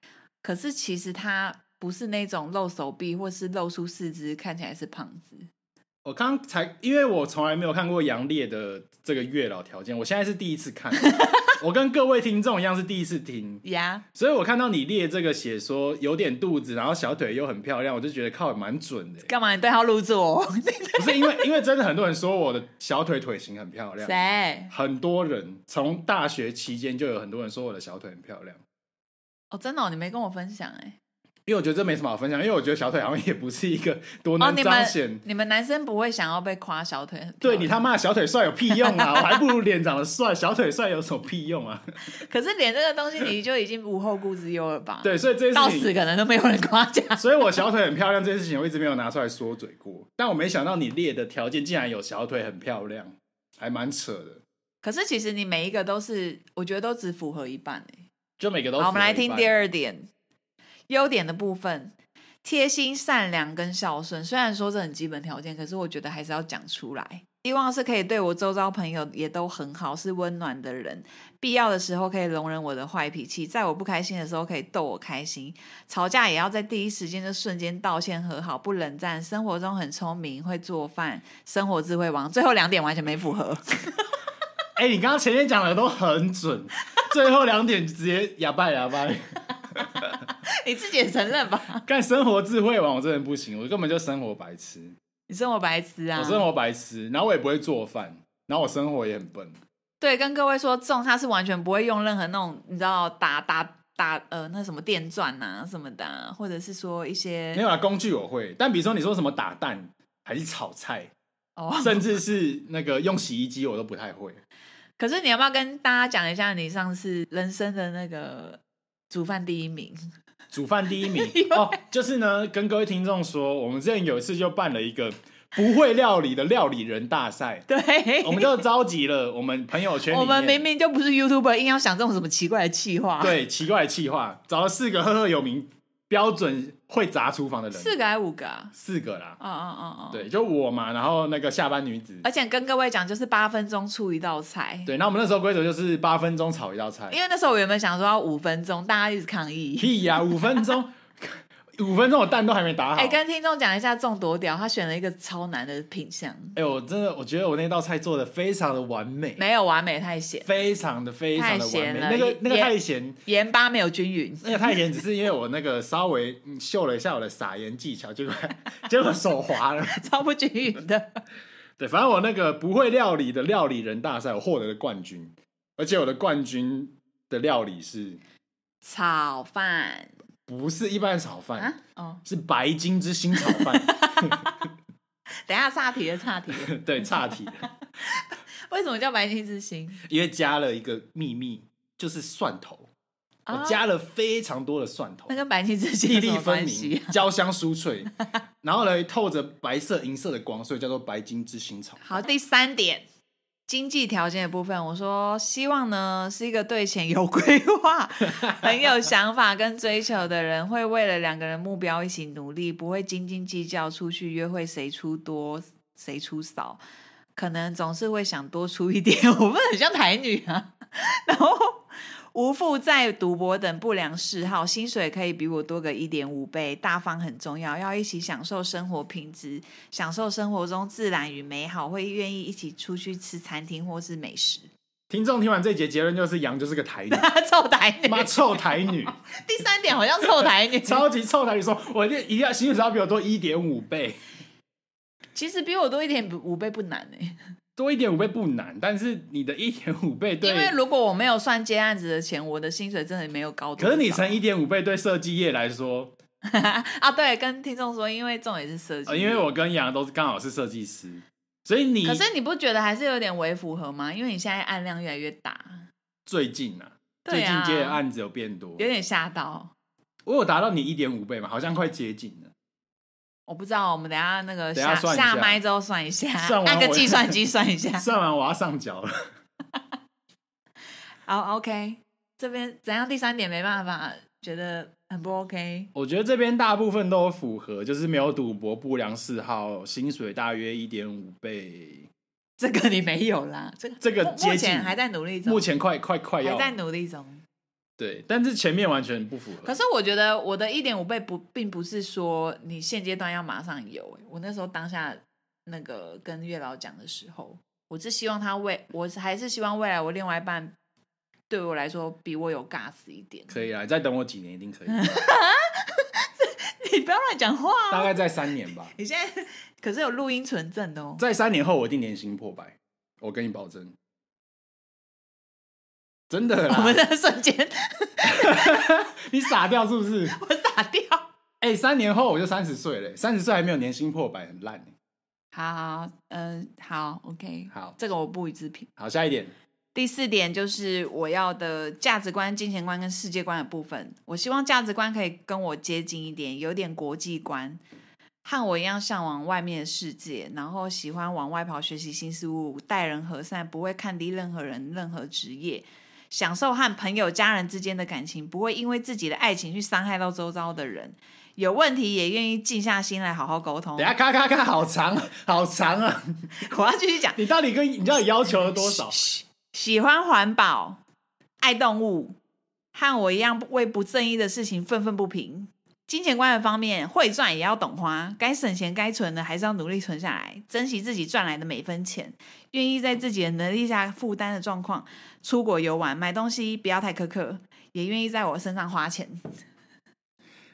[SPEAKER 2] 可是其实它不是那种露手臂或是露出四肢看起来是胖子，
[SPEAKER 1] 我刚才，因为我从来没有看过杨烈的这个月老条件，我现在是第一次 看。我跟各位听众一样是第一次听，
[SPEAKER 2] 呀、。
[SPEAKER 1] 所以我看到你列这个写说有点肚子，然后小腿又很漂亮，我就觉得靠蛮准的欸
[SPEAKER 2] 干嘛你对号入座、哦？
[SPEAKER 1] 不是因 为，因为真的很多人说我的小腿腿型很漂亮，
[SPEAKER 2] 谁？
[SPEAKER 1] 很多人从大学期间就有很多人说我的小腿很漂亮，
[SPEAKER 2] 哦，真的、哦，你没跟我分享哎、
[SPEAKER 1] 因为我觉得这没什么好分享，因为我觉得小腿好像也不是一个多
[SPEAKER 2] 哦，
[SPEAKER 1] 能
[SPEAKER 2] 你
[SPEAKER 1] 彰显
[SPEAKER 2] 们。你们男生不会想要被夸小腿很漂
[SPEAKER 1] 对
[SPEAKER 2] 亮
[SPEAKER 1] 你他妈的小腿帅有屁用啊！我还不如脸长得帅，小腿帅有什么屁用啊？
[SPEAKER 2] 可是脸这个东西你就已经无后顾之忧了吧？，
[SPEAKER 1] 对，所以这件
[SPEAKER 2] 到
[SPEAKER 1] 事
[SPEAKER 2] 死
[SPEAKER 1] 情，
[SPEAKER 2] 可能都没有人夸奖。
[SPEAKER 1] 所以我小腿很漂亮这件事情，我一直没有拿出来说嘴过。但我没想到你列的条件竟然有小腿很漂亮，还蛮扯的。
[SPEAKER 2] 可是其实你每一个都是，我觉得都只符合一半哎、
[SPEAKER 1] 就每个都
[SPEAKER 2] 好，我们来听第
[SPEAKER 1] 二，
[SPEAKER 2] 二点，优点的部分：贴心、善良跟孝顺。虽然说这很基本条件，可是我觉得还是要讲出来。希望是可以对我周遭朋友也都很好，是温暖的人。必要的时候可以容忍我的坏脾气，在我不开心的时候可以逗我开心。吵架也要在第一时间就瞬间道歉和好，不冷战。生活中很聪明，会做饭，生活智慧王。最后两点完全没符合。
[SPEAKER 1] 哎、你刚刚前面讲的都很准，最后两点直接哑巴哑巴。
[SPEAKER 2] 你自己也承认吧？
[SPEAKER 1] 干生活智慧王我真的不行，我根本就生活白痴，
[SPEAKER 2] 你生活白痴啊！
[SPEAKER 1] 我生活白痴，然后我也不会做饭，然后我生活也很笨。
[SPEAKER 2] 对，跟各位说，重他是完全不会用任何那种你知道打打打呃那什么电钻呐、什么的啊、或者是说一
[SPEAKER 1] 没
[SPEAKER 2] 些
[SPEAKER 1] 有啦，工具我会，但比如说你说什么打蛋，还是炒菜，
[SPEAKER 2] 哦。
[SPEAKER 1] 甚至是那个用洗衣机，我都不太会。
[SPEAKER 2] 可是你要不要跟大家讲一下你上次人生的那个煮饭第一名？，
[SPEAKER 1] 煮饭第一名哦，就是呢，跟各位听众说，我们之前有一次就办了一个不会料理的料理人大赛
[SPEAKER 2] 对，
[SPEAKER 1] 我们就召集了我们朋友圈里面
[SPEAKER 2] 我们明明就不是 YouTuber，硬要想这种什么奇怪的气话。，
[SPEAKER 1] 对奇怪的气话，找了四个赫赫有名、标准会砸厨房的人，
[SPEAKER 2] 四个还是五个啊？
[SPEAKER 1] 四个啦，
[SPEAKER 2] 哦哦哦哦，。
[SPEAKER 1] 对，就我嘛，然后那个下班女子，
[SPEAKER 2] 而且跟各位讲，就是八分钟出一道菜。
[SPEAKER 1] 对，那我们那时候规则就是八分钟炒一道菜，
[SPEAKER 2] 因为那时候我原本想说要五分钟，大家一直抗议。
[SPEAKER 1] 屁呀、五分钟，五分钟我蛋都还没打好。
[SPEAKER 2] 哎、跟听众讲一下中多屌，他选了一个超难的品相，
[SPEAKER 1] 哎我真的我觉得我那道菜做的非常的完美，
[SPEAKER 2] 没有完美太咸，
[SPEAKER 1] 非常的非常的
[SPEAKER 2] 太
[SPEAKER 1] 完
[SPEAKER 2] 咸
[SPEAKER 1] 美。
[SPEAKER 2] 了
[SPEAKER 1] 那个
[SPEAKER 2] 也
[SPEAKER 1] 那个太咸，
[SPEAKER 2] 盐巴没有均匀。
[SPEAKER 1] 那个太咸，只是因为我那个稍微嗯秀了一下我的撒盐技巧，结果结果手滑了。
[SPEAKER 2] 超不均匀的，
[SPEAKER 1] 对，反正我那个不会料理的料理人大赛，我获得了冠军，而且我的冠军的料理是
[SPEAKER 2] 炒饭
[SPEAKER 1] 不是一般的炒饭？
[SPEAKER 2] 啊，哦，
[SPEAKER 1] 是白金之星炒饭，
[SPEAKER 2] 等一下岔题了，岔题了，
[SPEAKER 1] 对，岔题了。
[SPEAKER 2] 为什么叫白金之星？
[SPEAKER 1] 因为加了一个秘密，就是蒜头，
[SPEAKER 2] 啊
[SPEAKER 1] 我加了非常多的蒜头
[SPEAKER 2] 那，跟白金之星
[SPEAKER 1] 粒
[SPEAKER 2] 有什
[SPEAKER 1] 粒
[SPEAKER 2] 么
[SPEAKER 1] 分
[SPEAKER 2] 关系
[SPEAKER 1] 明
[SPEAKER 2] 啊？，
[SPEAKER 1] 焦香酥 脆，然后呢透着白色银色的光，所以叫做白金之星草。
[SPEAKER 2] 好，第三点。经济条件的部分，我说希望呢是一个对钱有规划、 很有想法跟追求的人，会为了两个人目标一起努力，不会斤斤计较出去约会谁出多谁出少，可能总是会想多出一点。 我们很像台女啊，然后无负债、赌博等不良嗜好，薪水可以比我多个一点五倍，大方很重要，要一起享受生活品质，享受生活中自然与美好，会愿意一起出去吃餐厅或是美食。
[SPEAKER 1] 听众听完这节结论就是杨就是个台女，
[SPEAKER 2] 臭台女，
[SPEAKER 1] 妈臭台女，
[SPEAKER 2] 第三点好像臭台女，
[SPEAKER 1] 超级臭台女说，我一定一定要薪水要比我多一点五倍，
[SPEAKER 2] 其实比我多一点五倍不难呢、欸
[SPEAKER 1] 多一点五倍不难，但是你的一点五倍对
[SPEAKER 2] 因，为如果我没有算接案子的钱，我的薪水真的没有高多
[SPEAKER 1] 可
[SPEAKER 2] 少。
[SPEAKER 1] 是你乘一点五倍对设计业来说，
[SPEAKER 2] 啊，对，跟听众说，因为重点是设计、
[SPEAKER 1] 呃因为我跟杨都是刚好是设计师，所以你
[SPEAKER 2] 可是你不觉得还是有点微符合吗？因为你现在案量越来越大，
[SPEAKER 1] 最近啊。最
[SPEAKER 2] 对
[SPEAKER 1] 近
[SPEAKER 2] 啊
[SPEAKER 1] 接的案子有变多，
[SPEAKER 2] 有点吓到。
[SPEAKER 1] 我有达到你一点五倍嘛，好像快接近 了。
[SPEAKER 2] 我不知道，我们等一下那个
[SPEAKER 1] 等一下
[SPEAKER 2] 下
[SPEAKER 1] 算一下
[SPEAKER 2] 麦之后算一下，
[SPEAKER 1] 算完
[SPEAKER 2] 按个
[SPEAKER 1] 我 。
[SPEAKER 2] 计算机算一下
[SPEAKER 1] 算完我要上缴了，
[SPEAKER 2] 好，OK，这边怎样？第三点没办法，觉得很不 OK。
[SPEAKER 1] 我觉得这边大部分都有符合，就是没有赌博、不良嗜好、薪水大约一点五倍，
[SPEAKER 2] 这个你没有啦，这个
[SPEAKER 1] 这个
[SPEAKER 2] 目
[SPEAKER 1] 接
[SPEAKER 2] 目
[SPEAKER 1] 近
[SPEAKER 2] 前还在努力中，
[SPEAKER 1] 目前快快快
[SPEAKER 2] 哦还
[SPEAKER 1] 要
[SPEAKER 2] 在努力中。
[SPEAKER 1] 对，但是前面完全不符合。
[SPEAKER 2] 可是我觉得我的一点五倍不，并不是说你现阶段要马上有、欸。我那时候当下那个跟月老讲的时候，我是希望他未，我还是希望未来我另外一半对我来说比我有 gas 一点。
[SPEAKER 1] 可以啦，你啊再等我几年一 定可以，
[SPEAKER 2] 你不要乱讲话、
[SPEAKER 1] 大
[SPEAKER 2] 啊。
[SPEAKER 1] 概在三年吧，
[SPEAKER 2] 你现在可是有录音存证的哦。
[SPEAKER 1] 在三年后我一定年薪破百，我跟你保证，真的啊
[SPEAKER 2] 我们
[SPEAKER 1] 啦，
[SPEAKER 2] 的瞬间
[SPEAKER 1] 你傻掉是不是？
[SPEAKER 2] 我傻掉。
[SPEAKER 1] 哎、三年后我就三十岁了、三十岁还没有年薪破百，很烂、欸。
[SPEAKER 2] 好，嗯、好，OK，
[SPEAKER 1] 好
[SPEAKER 2] 这个我不予置评。
[SPEAKER 1] 好，下一点，
[SPEAKER 2] 第四点就是我要的价值观、金钱观跟世界观的部分。我希望价值观可以跟我接近一点，有点国际观，和我一样向往外面的世界，然后喜欢往外跑学习新事物，待人和善，不会看低任何人、任何职业，享受和朋友、家人之间的感情，不会因为自己的爱情去伤害到周遭的人。有问题也愿意静下心来好好沟通
[SPEAKER 1] 等一。下咔咔咔，好长，好长啊！
[SPEAKER 2] 我要继续讲。
[SPEAKER 1] 你到底跟你到底要求了多少？
[SPEAKER 2] 喜欢环保，爱动物，和我一样为不正义的事情愤愤不平。金钱观的方面，会赚也要懂花，该省钱该存的还是要努力存下来，珍惜自己赚来的每分钱，愿意在自己的能力下负担的状况出国游玩，买东西不要太苛刻，也愿意在我身上花钱。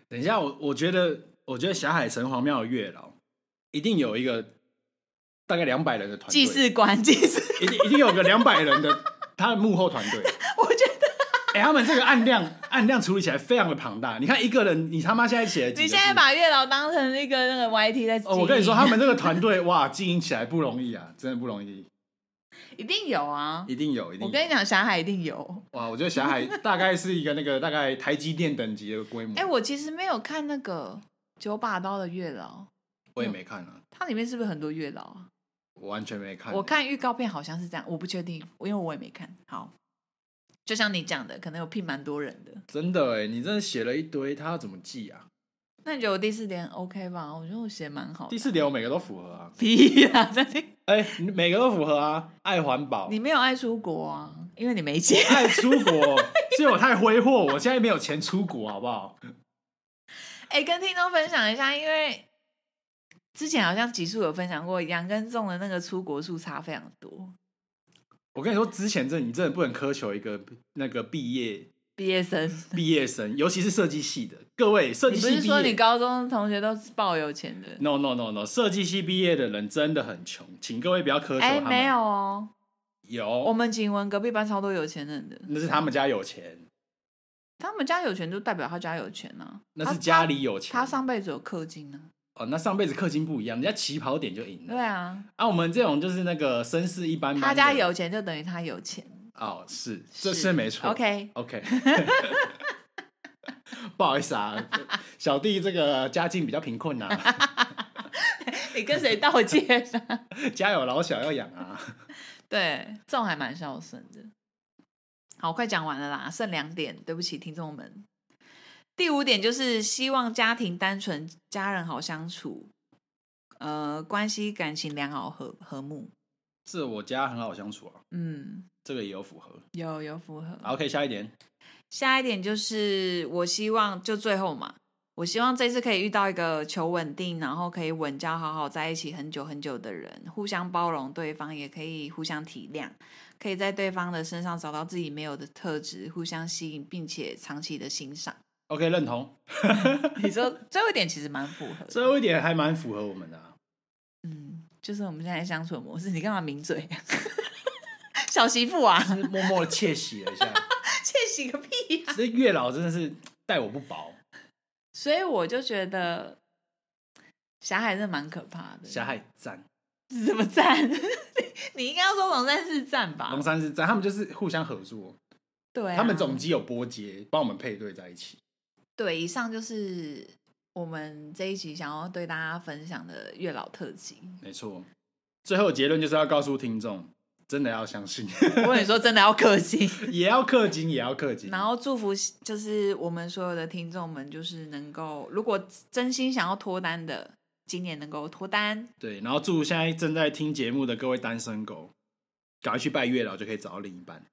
[SPEAKER 1] 等一下，我我觉得，我觉得霞海城隍庙的月老一定有一个大概两百人的团队，
[SPEAKER 2] 既 视观，既视，
[SPEAKER 1] 一定一定有个两百人 的他的幕后团队。
[SPEAKER 2] 我觉得
[SPEAKER 1] 哎、他们这个案量案量处理起来非常的庞大。你看一个人，你他妈现在写了几个
[SPEAKER 2] 你
[SPEAKER 1] 字
[SPEAKER 2] 现在把月老当成一个那个 YT 在经
[SPEAKER 1] 哦，
[SPEAKER 2] 营、
[SPEAKER 1] 我跟你说，他们这个团队哇，经营起来不容易啊，真的不容易，
[SPEAKER 2] 一定有啊！
[SPEAKER 1] 一定有，一定有。
[SPEAKER 2] 我跟你讲，霞海一定有。
[SPEAKER 1] 哇，我觉得霞海大概是一个那个大概台积电等级的规模。
[SPEAKER 2] 哎、我其实没有看那个九把刀的月老，
[SPEAKER 1] 我
[SPEAKER 2] 嗯
[SPEAKER 1] 也没看啊，
[SPEAKER 2] 它里面是不是很多月老啊？
[SPEAKER 1] 我完全没看。欸
[SPEAKER 2] 我看预告片好像是这样，我不确定，因为我也没看好。就像你讲的，可能有聘蛮多人的。
[SPEAKER 1] 真的哎、你真的写了一堆，他要怎么记啊？
[SPEAKER 2] 那你觉得我第四点 OK 吧？我觉得我写蛮好
[SPEAKER 1] 第
[SPEAKER 2] 的。
[SPEAKER 1] 四点我每个都符合啊，
[SPEAKER 2] 屁啦！那你
[SPEAKER 1] 哎、你每个都符合啊，爱环保，
[SPEAKER 2] 你没有爱出国啊，因为你没钱。
[SPEAKER 1] 爱出国，是因为我太挥霍，我现在没有钱出国，好不好？
[SPEAKER 2] 哎、跟听众分享一下，因为之前好像集数有分享过，杨跟仲的那个出国数差非常多。
[SPEAKER 1] 我跟你说，之前这你真的不能苛求一个那个毕业
[SPEAKER 2] 毕业生，
[SPEAKER 1] 毕业生，尤其是设计系的各位设
[SPEAKER 2] 你
[SPEAKER 1] 计
[SPEAKER 2] 不
[SPEAKER 1] 系毕
[SPEAKER 2] 是
[SPEAKER 1] 业。
[SPEAKER 2] 说你高中同学都是爆有钱的？
[SPEAKER 1] No no no no，设计系毕业的人真的很穷，请各位不要苛求
[SPEAKER 2] 哎、
[SPEAKER 1] 他们。
[SPEAKER 2] 没有哦，我
[SPEAKER 1] 有，
[SPEAKER 2] 们景文隔壁班超多有钱人的，
[SPEAKER 1] 那是他们家有钱，
[SPEAKER 2] 他们家有钱就代表他家有钱啊，
[SPEAKER 1] 那是家里有钱。
[SPEAKER 2] 他上辈子有氪金呢、
[SPEAKER 1] 哦，那上辈子氪金不一样，人家起跑点就赢了。
[SPEAKER 2] 对啊，
[SPEAKER 1] 啊，我们这种就是那个身世一般般的。
[SPEAKER 2] 他家有钱就等于他有钱，
[SPEAKER 1] 哦，是，这是没错。
[SPEAKER 2] OK，
[SPEAKER 1] OK，不好意思啊，小弟这个家境比较贫困啊，
[SPEAKER 2] 你跟谁道歉呢、
[SPEAKER 1] 家有老小要养啊。
[SPEAKER 2] 对，这种还蛮孝顺的。好，快讲完了啦，剩两点，对不起，听众们。第五点就是希望家庭单纯，家人好相处，呃，关系感情良好和和睦。
[SPEAKER 1] 这我家很好相处啊，
[SPEAKER 2] 嗯，
[SPEAKER 1] 这个也有符合。
[SPEAKER 2] 有有符合。
[SPEAKER 1] 好 OK，下一点，
[SPEAKER 2] 下一点就是，我希望就最后嘛，我希望这次可以遇到一个求稳定，然后可以稳交好好在一起很久很久的人，互相包容对方，也可以互相体谅，可以在对方的身上找到自己没有的特质，互相吸引，并且长期的欣赏。
[SPEAKER 1] OK 认同。
[SPEAKER 2] 你说最后一点其实蛮符合的，
[SPEAKER 1] 最后一点还蛮符合我们的、啊。
[SPEAKER 2] 嗯，就是我们现在相处的模式。你干嘛抿嘴？ 小媳妇啊，
[SPEAKER 1] 就是默默的窃喜了一下。
[SPEAKER 2] 窃喜个屁呀、
[SPEAKER 1] 这月老真的是待我不薄，
[SPEAKER 2] 所以我就觉得霞海真的蛮可怕的。
[SPEAKER 1] 霞海赞，
[SPEAKER 2] 是什么站？你你应该要说龙山寺站吧
[SPEAKER 1] 龙？山是赞，他们就是互相合作，
[SPEAKER 2] 对啊、
[SPEAKER 1] 他们总机有波接，帮我们配对在一起。
[SPEAKER 2] 对。以上就是我们这一集想要对大家分享的月老特辑。
[SPEAKER 1] 没错，最后结论就是要告诉听众，真的要相 信，
[SPEAKER 2] 我跟你说，真的要克星。
[SPEAKER 1] 也要氪金，也要氪金。
[SPEAKER 2] 然后祝福就是我们所有的听众们，就是能够，如果真心想要脱单的，今年能够脱单。
[SPEAKER 1] 对，然后祝现在正在听节目的各位单身狗，赶快去拜月老，就可以找到另一半。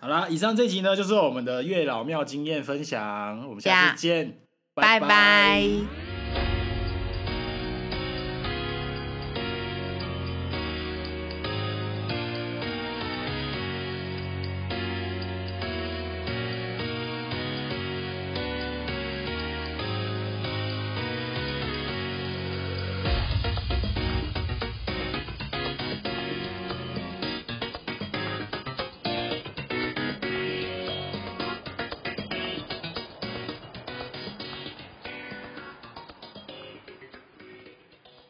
[SPEAKER 1] 好啦，以上这集呢，就是我们的月老庙经验分享，我们下次
[SPEAKER 2] 呀
[SPEAKER 1] 见，
[SPEAKER 2] 拜拜